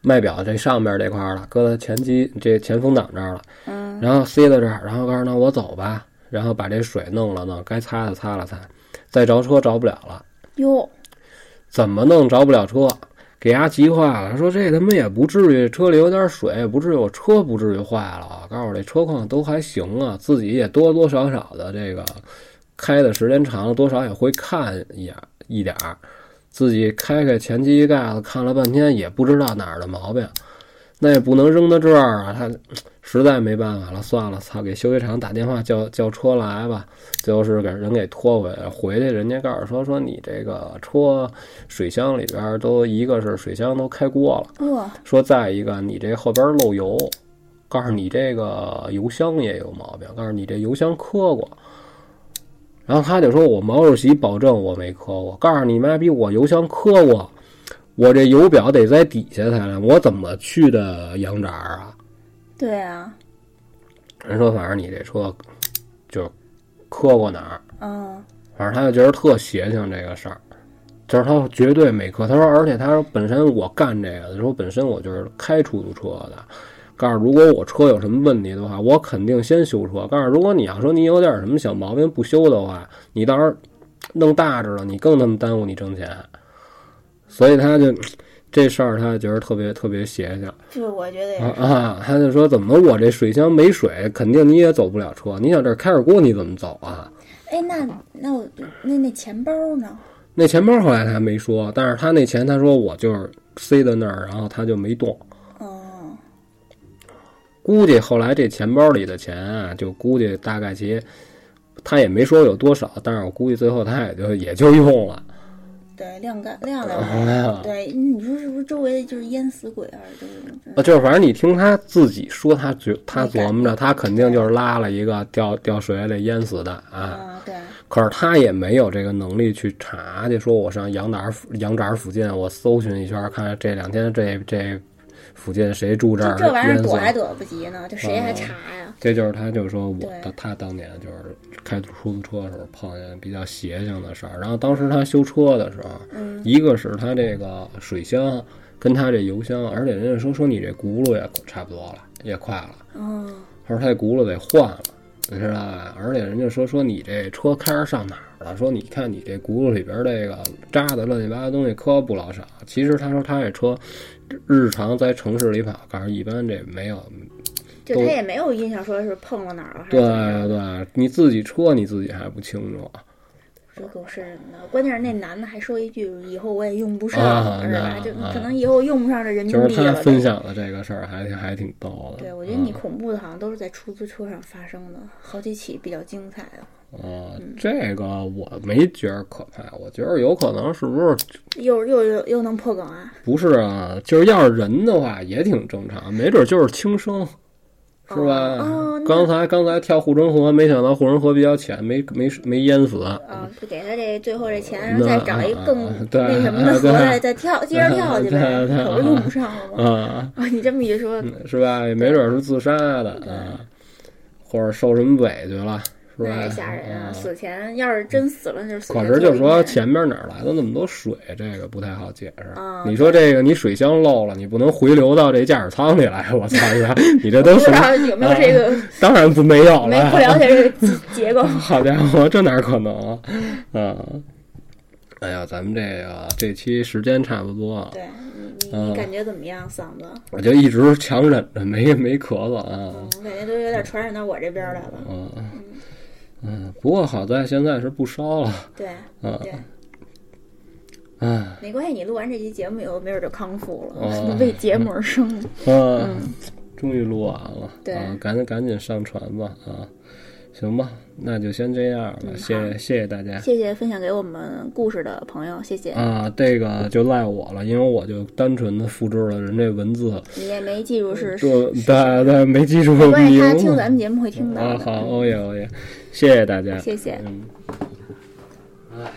[SPEAKER 2] 卖表这上边这块儿了，搁到前机这前风挡这儿了，
[SPEAKER 1] 嗯，
[SPEAKER 2] 然后塞到这儿，然后告诉他我走吧，然后把这水弄了弄，该擦的擦了擦，再着车着不了了。
[SPEAKER 1] 哟，
[SPEAKER 2] 怎么弄着不了车，给伢急坏了，说这他妈也不至于，车里有点水，也不至于我车不至于坏了啊。告诉我这车况都还行啊，自己也多多少少的这个开的时间长了，多少也会看一眼一点儿，自己开开前机盖子看了半天，也不知道哪儿的毛病。那也不能扔到这儿啊！他实在没办法了，算了，操，给修理厂打电话叫叫车来吧。最后是给人给拖回来，回去人家告诉说说你这个车水箱里边儿都一个是水箱都开锅了，
[SPEAKER 1] 哇，
[SPEAKER 2] 说再一个你这后边漏油，告诉你这个油箱也有毛病，告诉你这油箱磕过。然后他就说：“我毛主席保证我没磕过，告诉你妈逼我油箱磕过，我这油表得在底下才能，我怎么去的羊闸儿啊？”
[SPEAKER 1] 对啊，
[SPEAKER 2] 人说：“反正你这车就磕过哪儿，
[SPEAKER 1] 嗯，
[SPEAKER 2] 反正他就觉得特邪性这个事儿，就是他绝对没磕。他说，而且他说本身我干这个的时候，本身我就是开出租车的。告诉如果我车有什么问题的话，我肯定先修车。告诉如果你要说你有点什么小毛病不修的话，你到时候弄大着了，你更他妈耽误你挣钱。所以他就这事儿，他就觉得特别特别邪性。
[SPEAKER 1] 就是我觉得也
[SPEAKER 2] 啊啊！他就说怎么我这水箱没水，肯定你也走不了车。你想这开着锅你怎么走啊？
[SPEAKER 1] 哎，那那我那那钱包呢？
[SPEAKER 2] 那钱包后来他没说，但是他那钱他说我就是塞在那儿，然后他就没动。
[SPEAKER 1] 嗯，
[SPEAKER 2] 估计后来这钱包里的钱啊，就估计大概其他也没说有多少，但是我估计最后他也就也就用了。
[SPEAKER 1] 对，晾干晾晾呗。
[SPEAKER 2] 啊，
[SPEAKER 1] 对，你说是不是周围的就是淹死鬼还是就是
[SPEAKER 2] 啊 就是反正你听他自己说，他觉他
[SPEAKER 1] 没感
[SPEAKER 2] 琢磨着，他肯定就是拉了一个掉掉水里淹死的啊。
[SPEAKER 1] 啊？对，
[SPEAKER 2] 可是他也没有这个能力去查去，说我上羊闸附羊闸附近我搜寻一圈，看这两天这这附近谁住这
[SPEAKER 1] 就
[SPEAKER 2] 儿
[SPEAKER 1] 这玩意
[SPEAKER 2] 淹
[SPEAKER 1] 儿
[SPEAKER 2] 死
[SPEAKER 1] 躲
[SPEAKER 2] 了
[SPEAKER 1] 还躲不及呢，就谁
[SPEAKER 2] 啊
[SPEAKER 1] 还查呀？
[SPEAKER 2] 这就是他，就是说我
[SPEAKER 1] 对
[SPEAKER 2] 的他当年就是开出租车的时候碰见比较邪性的事儿。然后当时他修车的时候，一个是他这个水箱跟他这油箱，而且人家说说你这轱辘也差不多了，也快了，
[SPEAKER 1] 嗯，
[SPEAKER 2] 他说他这轱辘得换了，你知道吧？而且人家说说你这车开着上哪儿了？说你看你这轱辘里边这个渣的乱七八糟东西磕不老少。其实他说他这车日常在城市里跑，告诉一般这没有
[SPEAKER 1] 就他也没有印象说是碰了哪儿了，还
[SPEAKER 2] 对
[SPEAKER 1] 是怎么着
[SPEAKER 2] 对，你自己车你自己还不清楚啊
[SPEAKER 1] 这狗是什么的？关键是那男的还说一句：“以后我也用不上，
[SPEAKER 2] 啊
[SPEAKER 1] 是吧？”
[SPEAKER 2] 那
[SPEAKER 1] 就
[SPEAKER 2] 啊
[SPEAKER 1] 可能以后用不上这人民
[SPEAKER 2] 就是
[SPEAKER 1] 币
[SPEAKER 2] 他
[SPEAKER 1] 了。
[SPEAKER 2] 分享嗯的这个事儿还挺还挺逗的。
[SPEAKER 1] 对，我觉得你恐怖的好像都是在出租车上发生的，好几起比较精彩的。
[SPEAKER 2] 啊、
[SPEAKER 1] 嗯
[SPEAKER 2] 这个我没觉得可怕，我觉得有可能是不是
[SPEAKER 1] 又又又又能破梗啊？
[SPEAKER 2] 不是啊？就是要是人的话也挺正常，没准就是轻生，是吧？
[SPEAKER 1] 哦那
[SPEAKER 2] 刚才刚才跳护城河，没想到护城河比较浅，没没没淹死。
[SPEAKER 1] 啊，就给他这最后这钱，然后
[SPEAKER 2] 那
[SPEAKER 1] 再找一
[SPEAKER 2] 啊
[SPEAKER 1] 更
[SPEAKER 2] 啊对
[SPEAKER 1] 那什么的
[SPEAKER 2] 啊对
[SPEAKER 1] 回来，再跳接着跳去呗，
[SPEAKER 2] 对对啊
[SPEAKER 1] 可不是用不上了吗？
[SPEAKER 2] 啊，
[SPEAKER 1] 啊， 你这么一说，
[SPEAKER 2] 是吧？也没准是自杀的啊，或者受什么委屈了，是吧？
[SPEAKER 1] 那也吓人啊！
[SPEAKER 2] 啊
[SPEAKER 1] 死前要是真死了，就是死
[SPEAKER 2] 可
[SPEAKER 1] 前
[SPEAKER 2] 是
[SPEAKER 1] 做
[SPEAKER 2] 就
[SPEAKER 1] 一
[SPEAKER 2] 说
[SPEAKER 1] 年
[SPEAKER 2] 前面哪儿来的那么多水，这个不太好解释
[SPEAKER 1] 啊。
[SPEAKER 2] 你说这个你水箱漏了，你不能回流到这驾驶舱里来，我操！ 你这都啊
[SPEAKER 1] 不
[SPEAKER 2] 什
[SPEAKER 1] 知
[SPEAKER 2] 么？
[SPEAKER 1] 道有没有这个，
[SPEAKER 2] 当然不没有
[SPEAKER 1] 没不
[SPEAKER 2] 了。
[SPEAKER 1] 了解这个结结构。
[SPEAKER 2] 好家伙，这哪可能啊？啊！哎呀，咱们这个这期时间差不多了，
[SPEAKER 1] 对你，你
[SPEAKER 2] 嗯
[SPEAKER 1] 你感觉怎么样？嗓子，
[SPEAKER 2] 我就一直强忍着没没咳嗽啊。
[SPEAKER 1] 嗯，我感觉都有点传染到我这边来了。
[SPEAKER 2] 嗯嗯，不过好在现在是不烧了
[SPEAKER 1] 对
[SPEAKER 2] 啊
[SPEAKER 1] 对，
[SPEAKER 2] 啊嗯
[SPEAKER 1] 没关系，你录完这期节目以后，没准就康复了，
[SPEAKER 2] 哦
[SPEAKER 1] 为结膜生。
[SPEAKER 2] 啊！终于录完了，
[SPEAKER 1] 嗯对
[SPEAKER 2] 啊，赶紧赶紧上传吧，啊，行吧，那就先这样吧，
[SPEAKER 1] 嗯
[SPEAKER 2] 谢谢谢谢大家。
[SPEAKER 1] 谢谢分享给我们故事的朋友，谢谢。
[SPEAKER 2] 啊，这个就赖我了，因为我就单纯的复制了人这文字，
[SPEAKER 1] 你也没记住是，
[SPEAKER 2] 这但但没记住
[SPEAKER 1] 没关系，
[SPEAKER 2] 名
[SPEAKER 1] 他听咱们节目会听到的。
[SPEAKER 2] 啊，嗯好，欧耶欧耶，谢谢大家，
[SPEAKER 1] 谢谢
[SPEAKER 2] 嗯，哎。